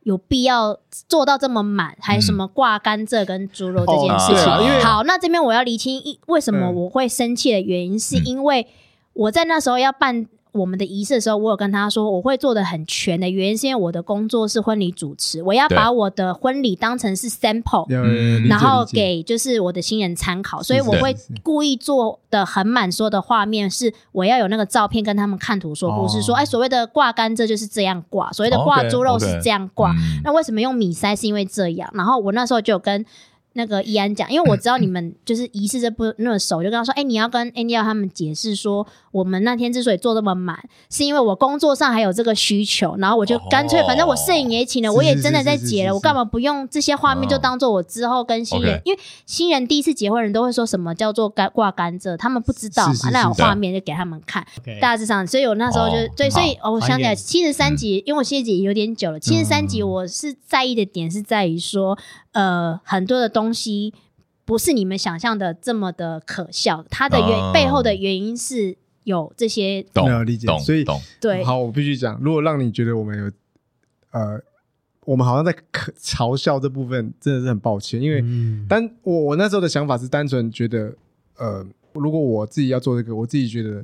有必要做到这么满，还有什么挂甘蔗跟猪肉这件事
哦
情。
对啊因为
好，那这边我要厘清一为什么
嗯
我会生气的原因，是
嗯
因为我在那时候要办。我们的仪式的时候，我有跟他说我会做的很全的原因，是因为我的工作是婚礼主持，我要
对
把我的婚礼当成是 sample，
要
嗯理解
然后给就是我的新人参考，所以我会故意做的很满，说的画面是我要有那个照片跟他们看图说故事，
哦
说哎所谓的挂甘蔗就是这样挂，所谓的
哦
挂
OK，
猪肉是
OK
这样挂，
嗯
那为什么用米筛是因为这样？然后我那时候就有跟那个易安讲，因为我知道你们就是仪式这不那么熟，就跟他说，哎、你要跟 Andy 他们解释说，我们那天之所以做这么满，是因为我工作上还有这个需求，然后我就干脆，
哦
反正我摄影也请了，
是
我也真的在
是是哦
结
是
了，
是
我干嘛不用这些画面就当做我之后跟新人
OK，
因为新人第一次结婚人都会说什么叫做干挂甘蔗，他们不知道嘛，
是是是
那有
对
画面就给他们看，
OK，
大致上，所以我那时候就、
哎哦
对，
好嗯
所以哦，我想起来
还原
七十三集，因为我谢姐有点久了，七十三集我是在意的点是在于说，呃，很多的东西不是你们想象的这么的可笑，它的原、
哦
背后的原因是有这些
没有
懂
理解
懂，
所以
懂
对。
好，我必须讲，如果让你觉得我们有，呃，我们好像在可嘲笑这部分，真的是很抱歉，因为
嗯
但我我那时候的想法是单纯觉得，呃，如果我自己要做这个，我自己觉得，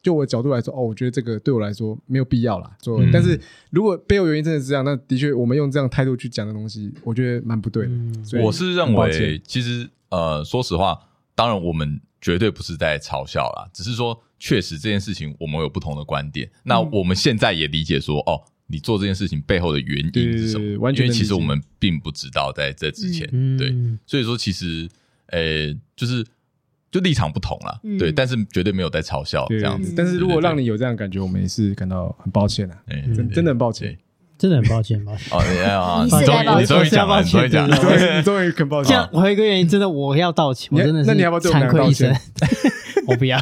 就我的角度来说，哦，我觉得这个对我来说没有必要啦。做，
嗯
但是如果背后原因真的是这样，那的确我们用这样态度去讲的东西，我觉得蛮不对的。
嗯
所以
我是认
很抱
为
歉，
其实呃，说实话，当然我们绝对不是在嘲笑啦，只是说确实这件事情我们有不同的观点。那
嗯
我们现在也理解说，哦，你做这件事情背后的原因
对
是什么？
对对完全
因为
能
其实
理解
我们并不知道在这之前，
嗯
对，所以说其实呃，就是就立场不同啦，
嗯
对，但是绝对没有在嘲笑
对
这样
对
子。
但是如
对
果
对对
让你有这样的感觉，我们也是感到很抱歉啊，
哎
真真的很抱歉。
真的很抱歉，抱歉。
哦，你啊，
你
你
是该
终
抱
于
歉
你终于讲了，你终于讲
对
你终
了，
于你终于肯抱
这
歉
样，，我有一个原因，真的我要道歉，
你
我真的是
那你要不要对我们
惭
两个
愧
道
一生
歉？
我不要，哦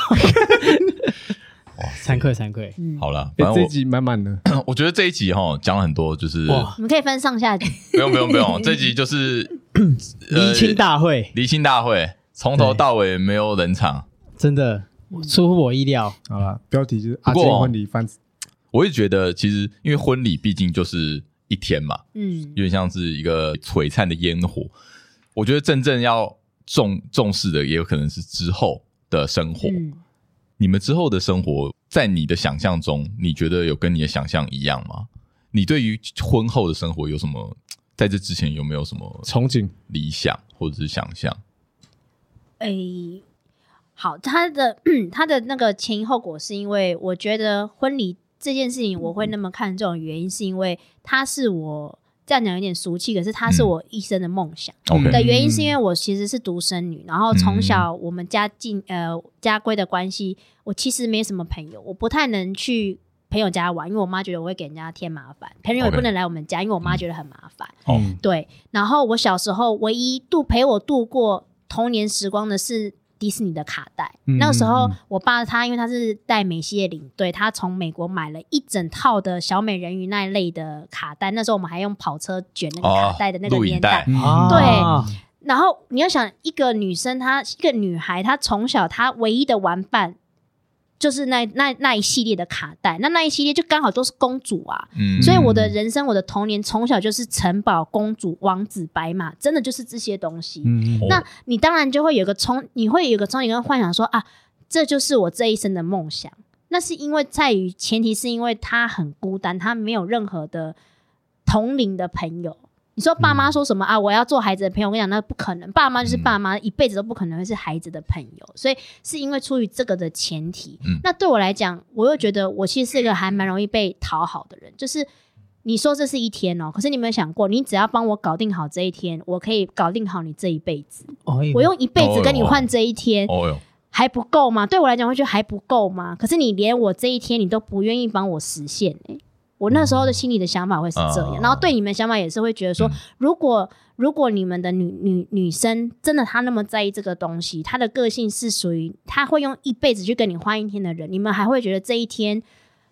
惭愧惭愧。
嗯
好了，
哎
反正
这
我
一集满满的，
我觉得这一集哈讲了很多，就是
哇
我们可以分上下集，
不用不用不用，这集就是
呃
呃
厘清大会
离清大会，从头到尾没有冷场。
真的出乎我意料，
好了，标题就是
嗯不
阿
过
金
哦
婚礼翻
我也觉得，其实因为婚礼毕竟就是一天嘛，
嗯，
有点像是一个璀璨的烟火。我觉得真正要重重视的，也有可能是之后的生活。
嗯，
你们之后的生活，在你的想象中，你觉得有跟你的想象一样吗？你对于婚后的生活有什么？在这之前有没有什么
憧憬，
理想或者是想象？
诶、好，他的他的那个前因后果是因为我觉得婚礼这件事情我会那么看重，原因是因为它是我这样讲有点俗气，可是它是
嗯
我一生的梦想。
OK
的原因是因为我其实是独生女，然后从小我们家境呃家规的关系，我其实没什么朋友，我不太能去朋友家玩，因为我妈觉得我会给人家添麻烦，朋友也
OK
不能来我们家，因为我妈觉得很麻烦。
哦
嗯
对，然后我小时候唯一度陪我度过童年时光的是迪士尼的卡带。
嗯
那个时候
嗯嗯，
我爸他因为他是带美西的领队，他从美国买了一整套的小美人鱼那一类的卡带。那时候我们还用跑车卷那个
哦
卡带的那，个
录
年
影
代
带。
嗯
啊
然后你要想，一个女生她一个女孩，她从小她唯一的玩伴。就是那那那一系列的卡带，那那一系列就刚好都是公主啊，
嗯
所以我的人生，我的童年从小就是城堡、公主、王子、白马，真的就是这些东西。
嗯
哦
那你当然就会有个冲，你会有个憧憬跟幻想说啊，这就是我这一生的梦想。那是因为在于前提是因为他很孤单，他没有任何的同龄的朋友。你说爸妈说什么、啊？我要做孩子的朋友，我跟你讲，那不可能。爸妈就是爸妈，一辈子都不可能会是孩子的朋友。所以是因为出于这个的前提，
嗯
那对我来讲，我又觉得我其实是一个还蛮容易被讨好的人，就是。你说这是一天哦，可是你有没有想过，你只要帮我搞定好这一天，我可以搞定好你这一辈子。
哦
我用一辈子跟你换这一天，
哦哟，
还不够吗？对我来讲，我觉得还不够吗？可是你连我这一天你都不愿意帮我实现、欸，我那时候
嗯
的心里的想法会是这样，
啊
然后对你们的想法也是会觉得说，
嗯
如果如果你们的女女女生真的她那么在意这个东西，她的个性是属于她会用一辈子去跟你换一天的人，你们还会觉得这一天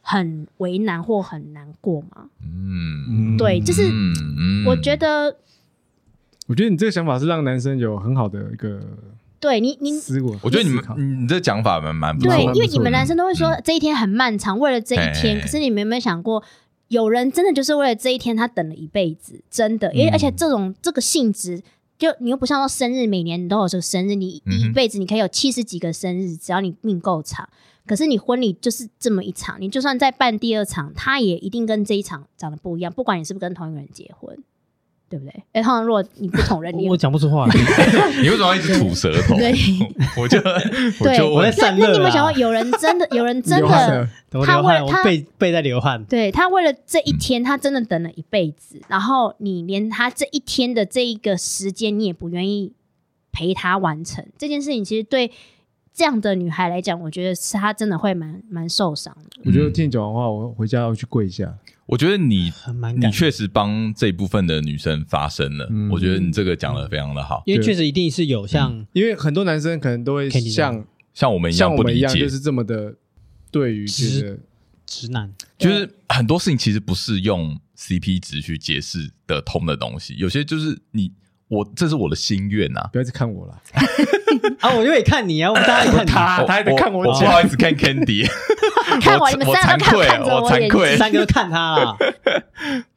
很为难或很难过吗？
嗯
嗯
对，就是
嗯嗯
我觉得
我觉得你这个想法是让男生有很好的一个
对你你
思维。
我觉得你
思考
们你嗯这讲法蛮蛮不
对，
错
因
的，嗯
为你们男生都会说这一天很漫长，为了这一天。
哎
可是你们有没有想过，有人真的就是为了这一天，他等了一辈子，真的。因为
嗯
而且这种这个性质，就你又不像说生日，每年你都有这个生日，你
嗯哼
一辈子你可以有七十几个生日，只要你命够长。可是你婚礼就是这么一场，你就算再办第二场，它也一定跟这一场长得不一样，不管你是不是跟同一个人结婚，对不对？哎、通常如果你不同人，你
我讲不 出话来，
你为什么要一直吐舌头？
对
我就我就
我在
问
散
那
热
你有没有想
啦
过，。有人真的，有 人真
流汗
的
了，
我
他
流汗，
为
我
他
背背在流汗。
对他为了这
嗯
一天，他真的等了一辈子，然后你连他这一天的这一个时间，你也不愿意陪他完成这件事情，其实对这样的女孩来讲，我觉得是她真的会蛮蛮受伤的。
我觉得听你讲完话，我回家要去跪一下。
我觉得你
很蛮感
你
人
确实帮这部分的女生发声了，
嗯
我觉得你这个讲的非常的好，
因为确实一定是有像
因为很多男生可能都会
Candy
像
像我们一
像
样不
我们一
理
样，
解
就，是这么的对于这个
直男，
就是很多事情其实不是用 CP 值去解释得通的东西，有些就是你我这是我的心愿呐、
不要一直看我啦，嗯
啊，我就也看你啊，我们大家也 看你，
他
我
他还在看
我，
我
我不
讲
好意思看 Candy，
看
我
我，你们
我
三个
惭
都看
愧
看着
我
我眼
惭愧
睛，
三个都看他啊啦。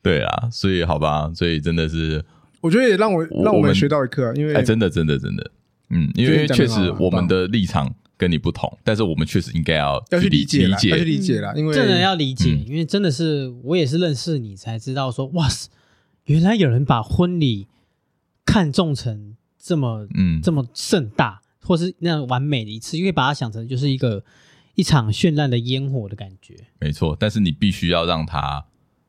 对啊，所以好吧，所以真的是，
我觉得也让我
我
让
我
我
们
们学到一课啊，因为
哎，真的真的真的，嗯，因为
这个
确
讲得好啊
实
很
我们
棒
的立场跟你不同，但是我们确实应该要
要去
理
理解
理
啦，要去
解，
理解啦，因为
这人要理解，
嗯
因为真的是我也是认识你才知道说，哇塞，原来有人把婚礼看重成这么
嗯，
这么盛大，或是那样完美的一次，因为把它想成就是一个一场绚烂的烟火的感觉。
没错，但是你必须要让它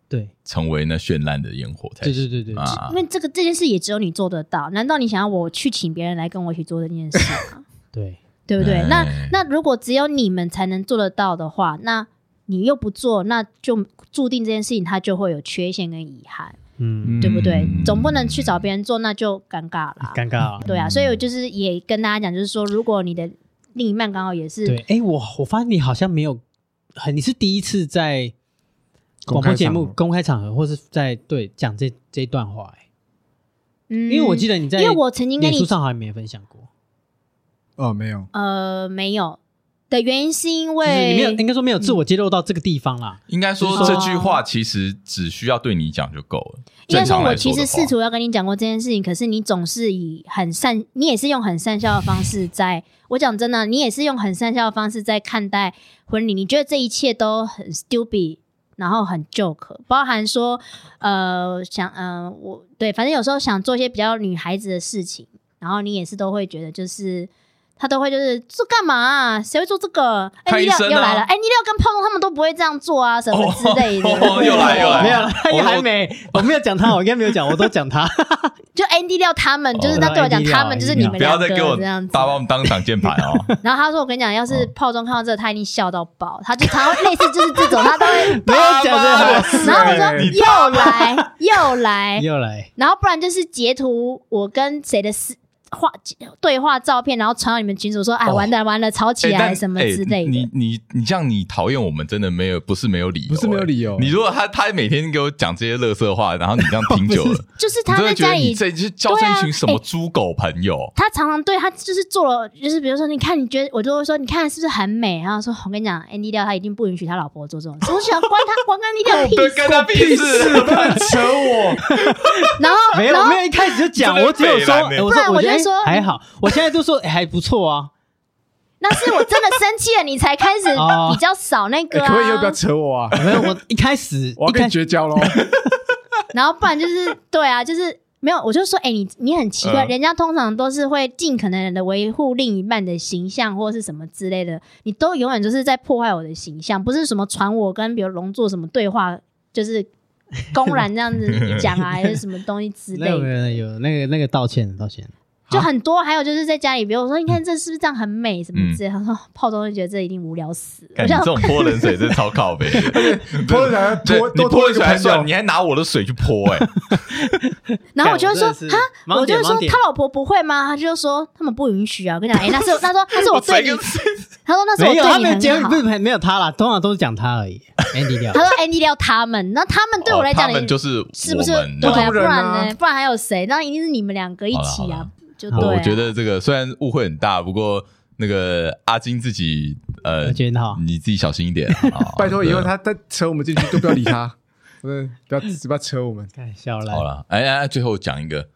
对，
成为那绚烂的烟火才
对
行
对对对，
啊
因！为这个这件事也只有你做得到。难道你想要我去请别人来跟我一起做这件事吗？
对，
对不对？
哎
那那如果只有你们才能做得到的话，那你又不做，那就注定这件事情它就会有缺陷跟遗憾，
嗯，
对不对
嗯？
总不能去找别人做，那就尴尬啦。
尴尬啊。
对啊，所以我就是也跟大家讲，就是说，如果你的另一半刚好也是
对，哎，我我发现你好像没有，很你是第一次在
公
广
开
播节
场
目
合
公开场合，或是在对讲这这一段话、哎
嗯，
因为我记得你在
因为我曾经跟
脸
你
书上好像没分享过，
哦没有，
呃没有的原因是因
就是你没有
为
应该说没有自我揭露到这个地方啦。
应该说
就是
这
说
句话其实只需要对你讲就够了。
应该
正常
我
来
其
说
实
的话
试图要跟你讲过这件事情，可是你总是以很善，你也是用很善笑的方式在。我讲真的，你也是用很善笑的方式在看待婚礼，你觉得这一切都很 stupid，然后很 joke，包含说呃想呃我对，反正有时候想做一些比较女孩子的事情，然后你也是都会觉得就是。他都会就是这干嘛、啊？谁会做这个？哎、
看
你
医
六
生
又
啊
来了！哎、你六跟胖东他们都不会这样做啊，什么之类的。
哦 又来
嗯
又来
没有啦，他
我
也还没，我没有讲他，我应该没有讲，我都讲 他。
就 Andy 料他们，就是
哦
他对我讲，
Andy 料
他们就是你们
不
两
要
个
再给我
这样子。
大把我们当挡箭牌 哦！
然后他说：“我跟你讲，要是
嗯
炮中看到这个，他一定笑到爆。他就常会类似就是这种，他 都会。
没有讲
他妈
的，
的
然后我说
你
又来又来，
又来，
然后不然就是截图我跟谁的私话对话照片，然后传到你们群主说：哎，
哦
完了完了，吵起
哎
来
但
什么
哎
之类
你
的。
你你这样，你讨厌我们真的没有不是没有理由，
不是没有理由啊
哎你 如果他他每天给我讲这些乐色话，然后你这样听久
不
了，
就是
你
他
真的
在
觉
家
得你
里
这就交成一
对
群
啊
什么
哎
猪狗朋友？
他常常对他就是做了，就是比如说，你看，你觉得我就会说，你看是不是很美？然后说，我跟你讲，Andy 廖他一定不允许他老婆做这种事。我想关他哎关 Andy 廖屁
对，
事。
跟他屁事！
不要扯我，
然后，
没
然
有
后
没有，一开始就讲，
真的
我只有
北
说，
蓝欸
哎我
不然
说
我
觉得
就说
哎还好，我现在就说哎还不错啊，
那是我真的生气了，你才开始
哦
比较少那
哎
个
可
啊。
不可以又不要扯我啊？
没有，我一开始
我
一
要跟
开始
你绝交喽！
然后不然就是 对啊，就是没有，我就说，哎、你你很奇怪，
嗯
人家通常都是会尽可能的维护另一半的形象或是什么之类的，你都永远就是在破坏我的形象，不是什么传我跟比如龙做什么对话，就是公然这样 子讲啊，还是什么东西之类
那
的。
个有那个那个道歉道歉，
就很多，还有就是在家里，比如我说，你看这是不是这样很美什么之类的，他说炮中就觉得这一定无聊死
看嗯
了。我
你
想
这种泼冷水，真的超靠背的。
泼水还
对
泼，
你
多
泼
多一
冷
个
水还
朋
算，
友
你，还拿我的水去泼，哎，
然后我就会说
干我真的
哈
是，盲
我就
点
会说
盲点
他老婆不会吗？他就说他们不允许啊。我跟你讲，哎、那是他说那是我对
谁
你
跟，
他说那是我
没有他们
对你
结
很好
不。是没有他啦，通常都是讲他而已，Andy 掉
他，说 Andy 料他们，那他们对我来
哦
讲，
他们就是
是不是
我们
对
这
啊？
样
不
当然啊
然呢？不然还有谁？那一定是你们两个一
好
起
了好
啊
了，
就
好
对、啊
我我觉得这个虽然误会很大，不过那个阿金自己呃
我，觉得好，
你自己小心一点。啊 好
拜托以后
对
他再扯我们进去都不要 理他，我真的不要只不要扯我们。
看小
好
兰，
了，哎哎，哎最后讲一个，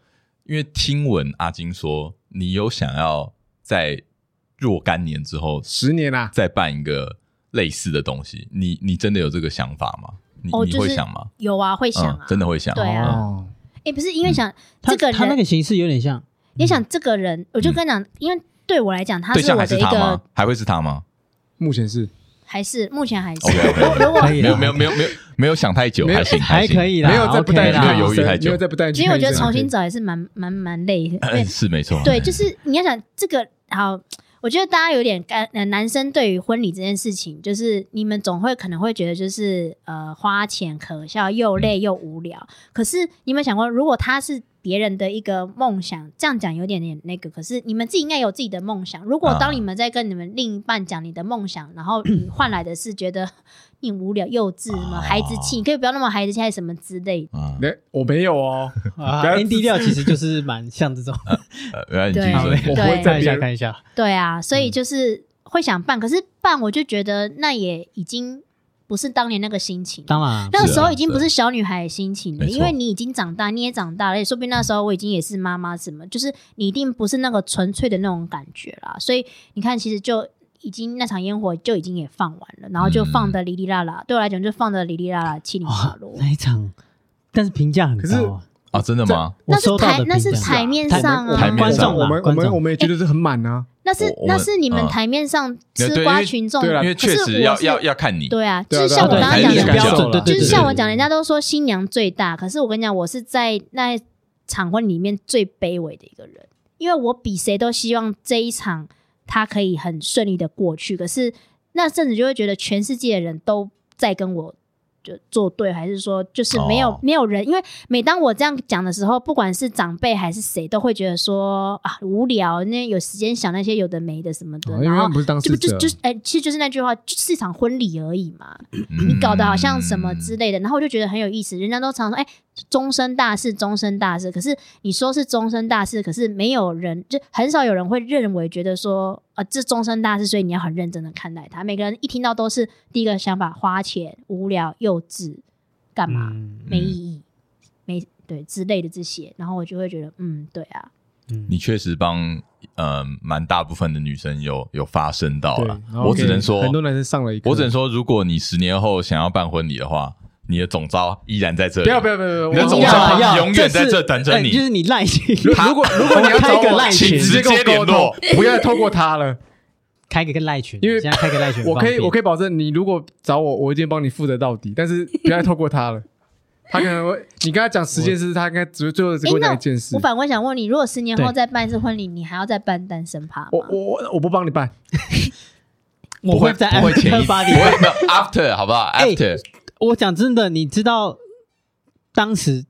因为听闻阿金说你有想要在若干年之后
十年啦、
再办一个类似的东西，你你真的有这个想法吗？你、
哦，
你
就
会
是
想吗？
有啊，会想啊
嗯，，真的会想。
对啊
嗯
哦，
哎，不是因为想
他
这个
他那
人，
个形式有点像，
也想这个人，我就跟你讲，因为对我来讲，他
嗯对
是
象
我
还
的
是
一
他吗
个，？
还会是他 吗
目前是
还是目前还是
？OK OK，
如果
可以
没有
啦
没有没有没有没有想太久，
没有
还行
还
行
可以啦，
没有再不
OK
你
带你去
没
啦
有犹豫
看医生
太久
没有再不带你去
其实
看
我
医
觉
生
得 重新找也是蛮蛮蛮累的，对
嗯 是没错。
对，就是你要想这个好，我觉得大家有点干，呃，男生对于婚礼这件事情，就是你们总会可能会觉得就是呃花钱可笑又累又无聊，可是你有没有想过，如果他是别人的一个梦想，这样讲有点点那个，可是你们自己应该有自己的梦想。如果
啊
当你们在跟你们另一半讲你的梦想，然 后你换来的是觉得你无聊、幼稚、什么孩子气，你可以不要那么孩子气，还是什么之类的。
啊，
那我没有哦，
啊
不要哎
，ND 料其实就是蛮像 这种，
呃原来你继续
对
说你
我
先
不
说。
会
对
在
看一
别
下
人
看一下，
对啊，所
嗯
以就是会想办，可是办我就觉得那也已经不是当年那个心情了。
当然啊
那个时
是
候
啊
已经不是小女孩的心情了，
没错
因为你已经长大，你也长大了，也说不定那时候我已经也是妈妈什么，就是你一定不是那个纯粹的那种感觉啦。所以你看，其实就已经那场烟火就已经也放完了，然后就放
嗯
的哩哩啦啦，对我来讲就放的哩哩啦啦，七零八
哇
落，。
哦那一场，但是评价很
可是
高啊，
啊，真的吗？
我
那是
收到
台
的
那是
评价
台面
台
上
台
啊，
面
观
上
众
我
啦
们我
观
们我
众
们也觉得是很满啊，
那是
我我们
那是你们
嗯
台面上
对
吃
因
瓜
为
群众，
对啊啦
因为确
可是
实
我
要
是
要要看你。
对啊，就
对啊
是
对啊
像我
对
刚
啊
刚
台
讲
面
面
的
的
上
标准，对
哦
对
对
就是
对，
像我讲，人家都说新娘最大，可是我跟你讲，我是在那一场婚礼里面最卑微的一个人，因为我比谁都希望这一场他可以很顺利的过去，可是那阵子就会觉得全世界的人都在跟我。就作对，还是说就是没有、
哦
没有人？因为每当我这样讲的时候，不管是长辈还是谁，都会觉得说啊无聊，那有时间想那些有的没的什么的。
哦因
然
为他
后
们不是当事
就不就
者，
就是哎、其实就是那句话，就是一场婚礼而已嘛。
你
你搞得好像什么之类的，然后我就觉得很有意思。人家都常说，哎、终身大事，终身大事。可是你说是终身大事，可是没有人，就很少有人会认为觉得说，啊，这终身大事，所以你要很认真的看待它。每个人一听到都是第一个想法，花钱、无聊、幼稚，干嘛、
嗯
没意义，没对之类的这些，然后我就会觉得，嗯，对啊，
嗯
你确实帮呃蛮大部分的女生有有发声到
对
了，，
然后
我只
给
能说
很多男生上了一课，
我只能说，如果你十年后想要办婚礼的话，你的总招依然在这里。
不要不要不要，不
你
要
的
我
总
要
招
啊
要要
永远在
是
这等着
哎
你
就是你赖群，
如如果如果你要
开
找
个
我，
赖
请
群
直接
跟我
联
沟
络
通，不要再透过他了。
开个跟赖群，
因为
现在开个赖群，
我可以，我可
以，
以保证，你如果找我，我一定帮你负责到底，但是不要再透过他 了。他可能会，你跟他讲十件事，他应该只会最后只跟我
诶那
讲一件事
我。反问想问你，如果十年后
对
再办一次婚礼，你还要再办单身趴吗？
我我我我不帮你办，
我
会
在
不 会 前一
巴黎
不。会没有 after 好不好
哎
？after
我讲真的，你知道当时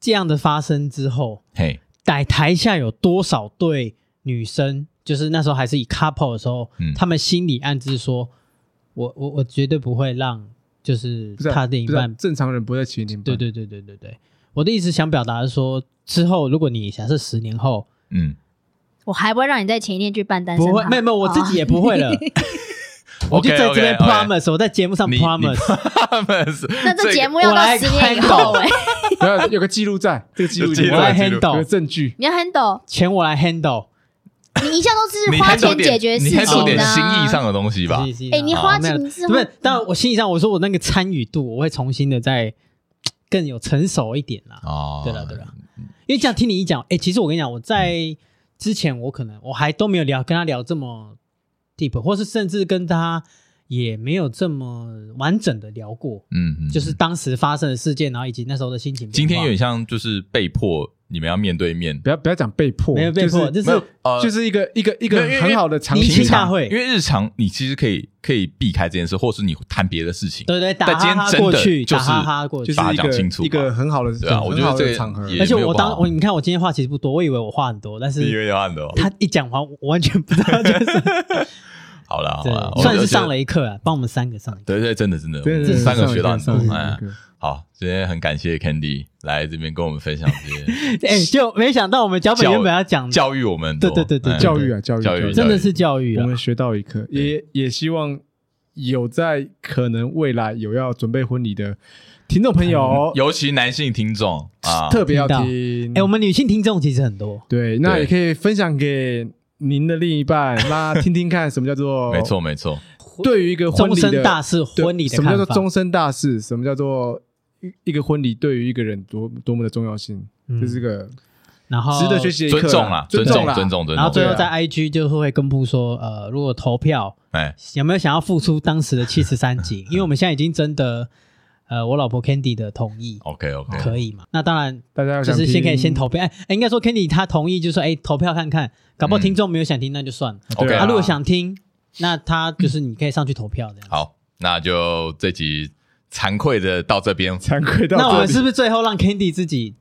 这样的发生之后，
嘿，
在台下有多少对女生，就是那时候还是以 couple 的时候，
嗯
他们心里暗自说，我我我绝对不会让，就是
不是啊
他另一
不是啊
半
正常人不会在七年
对
半。
对对对对对，我的意思想表达是说，之后如果你假设十年后
嗯，
我还不会让你在前一天去办单身哦
不
趴，
会，没有没有，我自己也不会 了，我
OK，
就在这边
OK，OK
promise，我在节目上
你你
promise，
promise
那这节目
我
要到
来
十年以
handle
后哎、
然后有个记录在，这个记录
有记
我
录
来
记录
有个
handle
证据。
你要 handle，
钱我来 handle，
你一向都
你
是花钱解决事
你还
情
是有点
的、
心意
啊。
上的东西吧
是？是是
哎你
好
花
那
钱
个
是
不
花
是？但我心理上我说我那个参与度，我会重新的再更有成熟一点啦。
哦，
对了对了，因为这样听你一讲，哎，其实我跟你讲，我在之前我可能我还都没有聊跟他聊这么 deep，或是甚至跟他也没有这么完整的聊过。
嗯，嗯，
就是当时发生的事件，然后以及那时候的心情变化。
今天有点像就是被迫你们要面对面，
不要不要讲被迫，
没有被迫，就是
就
是
没有呃
就是一个一个一个
没有因为
很好的场
因为
景
平常大会
因为日常你其实可以可以避开这件事，或是你谈别的事情。
对对，打
但今
哈
天
哈
真
过
的
去，
就
打
是
哈哈过
就
去
是。
把它
一
讲
个
清楚嘛
一个很好的
对啊我觉得
很好
这
的
个
场合，
也
而且
没有
我
不
当
好
我你看我今天话其实不多，我以为我话很多，但
你以
是
为有哦很多？
他一讲完，我完全不知道，就是
好 了好了，
对，算
我
是
就觉得
上了一课啊，帮我们三个上 一课。
对对，真的真的，我
对对
们
对
三个
上一
学到
上一
很多。
个
哎，好，今天很感谢 Candy 来这边跟我们分享这 些
哎，就没想到我们脚本原本要讲的，
教育我们很多，
对对对对
哎
教育啊教育
教
教
育
育
真的是教育
我
啊。
们学到一课，也也希望有在可能未来有要准备婚礼的听众朋友，
尤其男性听众啊，
特别要
听到哎
听。
哎，我们女性听众其实很多，
对，那
对
也可以分享给您的另一半， 那听听看什么叫
哦
做
没错没错，
对于一个婚
终
嗯礼
身
的
大事，婚礼的
对什么
看
叫
法
做终身大事？什么叫做一一个婚礼对于一个人多多么的重要性？
嗯
这是个
然后
值得学习的一
尊
课
重
哦
啦，
尊
尊重
啦，
尊。重尊
然后
重，
最后
对
在
啊
IG 就会公布说，呃，如果投票
哎，
有没有想要付出当时的七十三 集？因为我们现在已经征得呃我老婆 Candy 的同意，
OK OK，
可以嘛？那当然
哦大家要
就
想
是先可以先
听
投票。哎哎，应该说 Candy 她同意，就说哎投票看看，搞不
嗯
好听众没有想听那就算了。
OK
对
啊，
啊
如果想听，那他就是你可以上去投票这样。
好，那就这集惭愧的到这边，
惭愧到
那我们
这
是
里
不是最后让 Candy 自己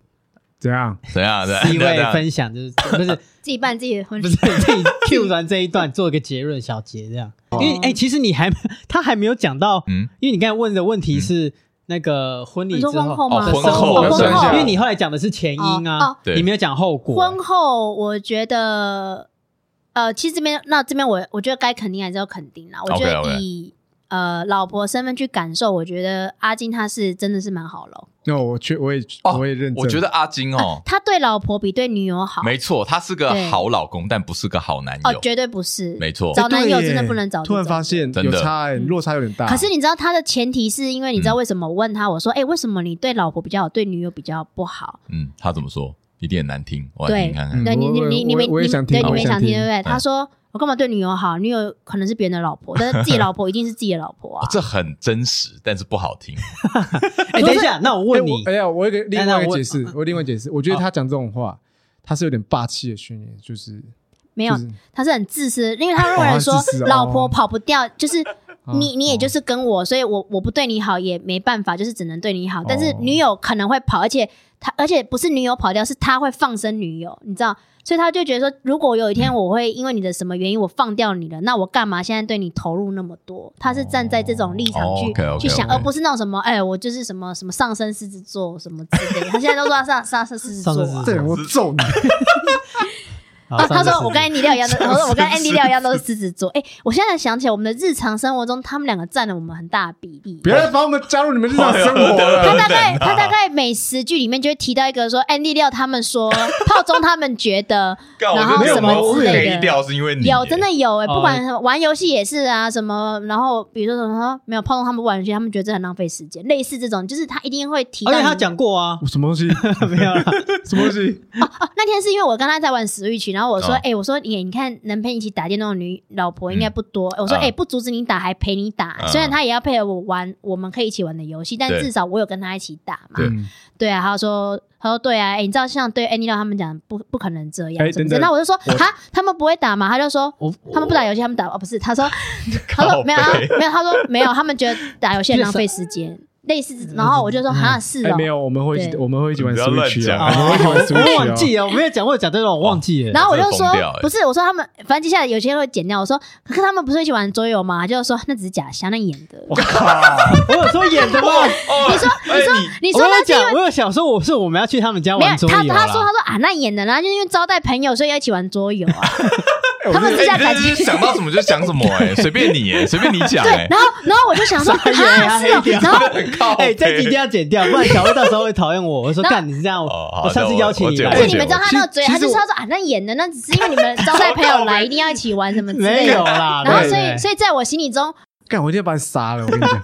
怎样？
怎样？怎样
C
怎
位
样
分享？就是不 是
自己办自己的婚
不
礼
是，自己 Q 完这一段做个结论小结这样？因为哎，其实你还他还没有讲到，
哦嗯，
因为你刚才问的问题是那个婚礼
你
之
说婚后
后
吗？
哦婚
生
后
活
哦
我
婚
想一
后
下
因为你后来讲的是前因
哦
啊
哦，
对
你没有讲后果
婚。后，我觉得，呃，其实这边那这边我我觉得该肯定还是要肯定啦。我觉得
OK，OK
以呃老婆身份去感受，我觉得阿金他是真的是蛮好了，
那我确我也
哦
我 也认证，
我觉得阿金哦，
他对老婆比对女友 好，
没错，他是个
啊对
好老公，但不是个好男
哦
友，，
绝对不是。
没错，
找
哎对
男友真的
耶
不能找这
突然
种
发现
真
有
的
差欸，
嗯
落差有点大。
可是你知道他的前提是因为你知道
啊嗯
为什么我问他，我说，哎、为什么你对老婆比较好，对女友比较不好？
嗯，他怎么说？一定很难听，我来
对
听看看。
嗯
对你你
我
你你
我
没
我也
你
想听
对
我
你
也
没
想
想听对不对？
嗯
他说我干嘛对女友好？女友可能是别人的老婆，但是自己老婆一定是自己的老婆 啊
哦。这很真实，但是不好听。
哎，等一下，那我
哎
问
我
你
哎，呀，我有一个另
那
外一
我
个解释，我另外一个解
嗯
释，我觉得他讲这种话，他是有点霸气的训练，就是
没有
就，是
他是很自私，因为他认为
哦
说、
他自私哦
老婆跑不掉，就是你、
哦
你也就是跟我，所以我我不对你好也没办法，就是只能对你好。但
哦
是女友可能会跑，而且他而且不是女友跑掉，是他会放生女友，你知道？所以他就觉得说，如果有一天我会因为你的什么原因我放掉你了，那我干嘛现在对你投入那么多？他是站在这种立
哦
场去、
OK，OK，OK
去想，而不是那种什么哎、我就是什么什么上升狮子座什么之类的。他现在都说他上上升狮子
上
座
次
啊、
是
这人我 揍你！
好
啊，
上
他
次
说
是
我跟你料一样的，我说我跟
上次是
Andy 料一样都是狮子座。哎、我现在想起来，我们的日常生活中，他们两个占了我们很大的比例。
不要再把我们加入你们日常生活
啊
他
了。
大概他大概每十句里面就会提到一个说 Andy 料他们说 炮中他们觉得
干
然后
我觉得
什么
我
之
被
类的
黑掉是因为你
有
耶
真的有哎、
哦
不管什么玩游戏也是啊什么，然后比如说什么没有炮中他们不玩游戏，他们觉得这很浪费时间，类似这种就是他一定会提到
而
你。
且哦他讲过啊，
什么 东西？
没有啦，
什么东西？
哦，那天是因为我跟他在玩食欲曲，然后我说，
嗯
哎、我说你你看能陪你一起打电动的女老婆应该不多，我说，
嗯
哎、不阻止你打，还陪你打，
嗯
虽然她也要配合我玩我们可以一起玩的游戏，但
对
至少我有跟她一起打嘛。
对
嗯
对啊，他说，他说对啊，哎、你知道像对 Annie 他们讲不不可能这样
哎
什
等
么的，
等
那我就说哈，他们不会打嘛，他就说
我
他们不打游戏，他们打哦不 是，他说他说没有
靠
他
北
没有，他说没有，他们觉得打游戏很浪 费时间，类似，然后我就
嗯
说哈是
哎
哦，
没有，我们会一起
对
我们会一起玩
你不要乱
Switch
讲
啊， 我们会一起玩 Switch
我
啊
忘记了，我没有讲过讲这个，我
哦
忘记了。
然后我就
真的
说
疯掉，欸
不是，我说他们，反正接下来有些会剪掉。我说，可是他们不是一起玩桌游吗？就是说那只是假象，那演的。
我靠！
我有说演的吗？
哦，你说你说
你
我
说
有
那是因
讲，
为
我有想说，我是我们要哦去他们家
没有
玩桌游
他，
啦
他说他说啊，那演的，然后就是因为招待朋友，所以要一起玩桌游啊。他们
哎
私下感
你这
情
是。想到什么就讲什么，哎，随便你，哎，随便你讲，哎，
然后，然后我就想说，
傻眼啊
啊，是哦
黑掉。
然后，
很 靠
哎，
北
这集一定要剪掉，不然小慧到时候会讨厌我。我说
然后
干，你是这样，
哦好
我上次
那我
邀请
我
你
剪我
来
而且
剪
你们知道他那个嘴，
其实
他就
其
是
实
他说啊，那演的，那只是因为你们招待朋友来，一定要一起玩什么之
没
类
有
的。哦
啦。
然后，
对
所
对
以，所以在我心里中，
干，我一定要把你杀了！我跟你讲，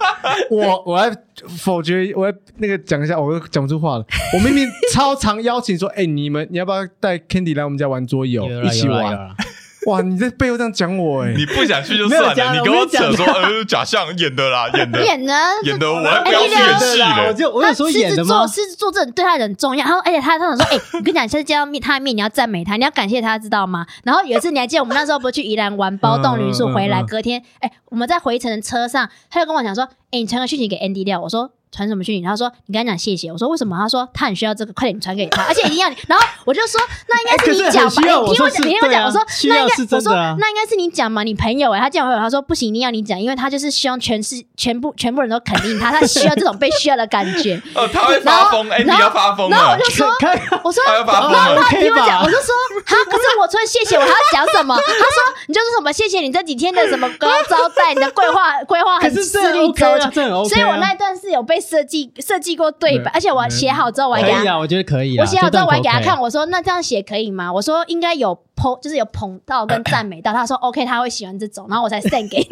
我我来否决，我来那个讲一下，我都讲不出话了。我明明超常邀请说，哎、你们你要不要带 Candy 来我们家玩桌游
有啦
一起
有啦有
玩？
啦
哇，你在背后这样讲我、哎，
你不想去就
没有
算
讲
了，
了
你跟我
我没有
扯
讲
说呃假象演的啦，演 的
演的
演的，我还不要去
哎
演
对
戏
啦我
了。
就我
他
有说演
狮
的
子
吗
座，？狮子座这对他很重要。然后，而且他他想说，哎、我跟你讲，你下次见到面他的面，你要赞美他，你要感谢他，知道吗？然后有一次你还记得我们那时候不是去宜兰玩包动旅宿回来，
嗯嗯嗯
隔天，哎、我们在回程的车上，他就跟我讲说，哎、你传个讯息给 Andy 料，我说。传什么讯息？他说：“你跟他讲谢谢。”我说：“为什么？”他说：“他很需要这个，快点传给他，而且一定要你。”然后我就说：“那应该
哎
是
可是
你
很
讲吧。
需要我
你听
说
我
是
讲，你听我
对
讲。
啊
我说：“
需
那
要
应该
是
我
真
说
的啊
那应该是你讲嘛，你朋友哎、他竟然回我，他说不行，一定要你讲，因为他就是希望全是全部全部人都肯定他，他需要这种被需要的感觉。
呃，他会
然
发
后
疯，哎，你
然后
要发疯
然
了
后我 就，说，
看
我说，
他要发
然
疯
后
了。
他听我
可以吧
讲，我就说，哈， 可是我除了谢谢，我还要讲什么？他说，你就是什么谢谢你这几天的什么高招待，你的规 划规划
可
很
是
思
这很
虑
OK
周
啊，
全。
这很 OK 啊。
所以我那一段是有被设计设计过对白，
嗯
而且我写好之后我还给
可以
他，
啊，我觉得可以啊。
我写好之后我还给他
这段
看，我说那这样写可以吗？我说应该有 po 就是有捧到跟赞美到，他说 OK，他会喜欢这种，然后我才 send 给你，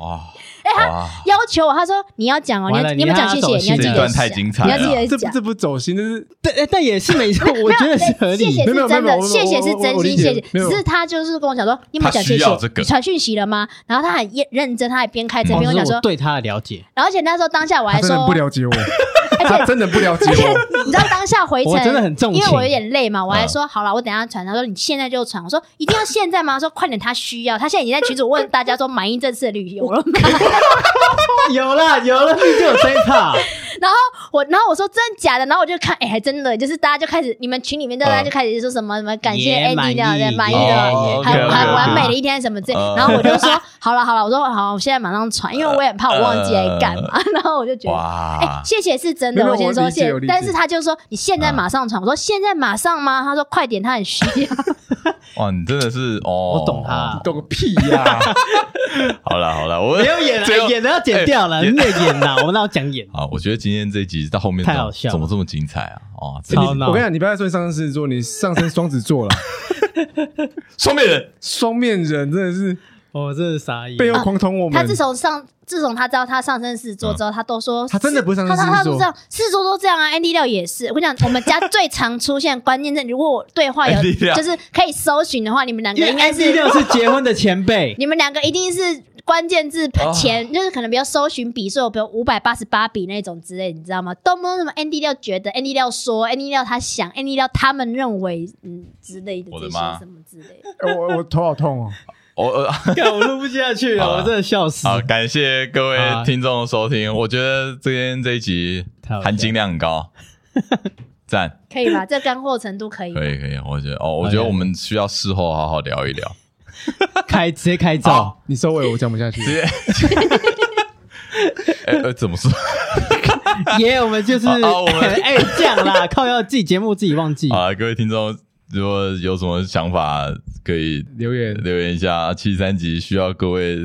哇，
哎
哇
要求我，他说你要讲哦，你
完了
要你要
你
讲
让
谢
他
谢，
走
你要
心
记
这
得
段
讲
太精彩
你要
了，
这不
记得讲
这。不走心，这是
但哎但也是没错，我觉得是合理
谢谢
的。
没有
是
没有
真
没有
的，
我
谢谢是
我我
真
我理
心
解
谢谢。
没有
只是他就是跟我讲说，你有
他
没有讲谢
需
谢
要这？个
你传讯息了吗？然后他很认认真，他还边开车
哦
边跟我讲
是
说
我，对他的了解，
然后而且那时候当下我
他
还
真
说
的，不了解我，
而
他
且
真的不了解 我，
你知道当下回程
我真的很重情嗯
因为我有点累嘛，我还说好了，我等一下传。他说你现在就传，我说一定要现在吗？他说快点，他需要。他现在已经在群组问大家说满意这次的旅游了吗？
有啦有了，毕竟有这一趴，
我然后我说真的假的，然后我就看，哎，还真的，就是大家就开始，你们群里面大家
嗯
就开始说什么什么 感谢
也
Andy
满
的
意
对满意
也
的，
哦
很
OK，OK，OK
很完美的一天什么之类
哦
嗯。
然后我就说好了好了，我说好，我现在马上传，因为我也很怕我忘记来干 嘛。 然后我就觉得。哎、
哇，
谢谢是真
啊没
的，
有
我先
我
说
理解
谢
我理，解
但是他就说你现在马上传，我说现在马上吗？他说快点，他很需要。
哇，你真的是哦，
我懂他。
懂个屁呀！
好了好了，我
没有演 啊
最后
了，演的要剪掉了，
哎
你也演啦，我们老讲演，
啊，我觉得今天这一集到后面
太
怎么
好笑了
怎么这么精彩啊？哦，真的
超闹
我跟你。讲，你不要再说你上升狮子座，你上升双子座了，
双面人，
双面人真的是
哦我真的傻眼。
背
哦
后狂 捅我们。
他自从上，自从他知道他上升狮子座之后，他都说
他真的不是上升
他他
狮
他
子
不
座
知道狮子座都这样啊，Andy 料也是。我跟你讲，我们家最常出现关键字，如果我对话有
Andy 料
就是可以搜寻的话，你们两
因
个
为
应该
Andy
是
六是结婚的前 辈，
你们两个一定是关键字
哦
前，就是可能比如搜寻笔数，比如五百八十八笔那种之类，你知道吗？动不动什么 Andy 料觉得，Andy 料说，Andy 料他想，Andy 料他们认为，嗯之类的
我
这
的
些
妈
什么之类的。
哎我我头好痛哦，
我呃。
看我录不下去
好
了，
啊
我真的笑死。
好，感谢各位
嗯啊
听众的收听。我觉得今天这一集
太好笑
含金量很 高，赞，
可以吧？这干货程度可以吧。
可以可以。我觉得哦，我觉得我们需要事后好好聊一聊。
开直接开照，
你收尾我讲不下去。
直接，哎呃，怎么说？
耶！我们就是
啊啊我们
哎这样啦，靠要自己节目自己忘记。
好了，各位听众，如果有什么想法，可以
留言
留言一下。七十三集需要各位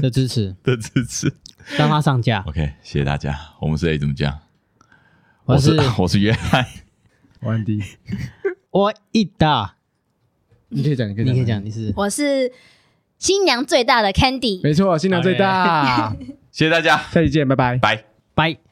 的支持，
的支 持。
让他上架。
OK，谢谢大家。我们是 A 怎么讲？
我
是
是
我是 约翰。
完迪，
我一打，
你可以讲，你可以
你
讲，
可以讲，你是
我是新娘最大的 Candy，
没错，新娘最大。
谢谢大家，
下期见，拜拜。
拜。
拜。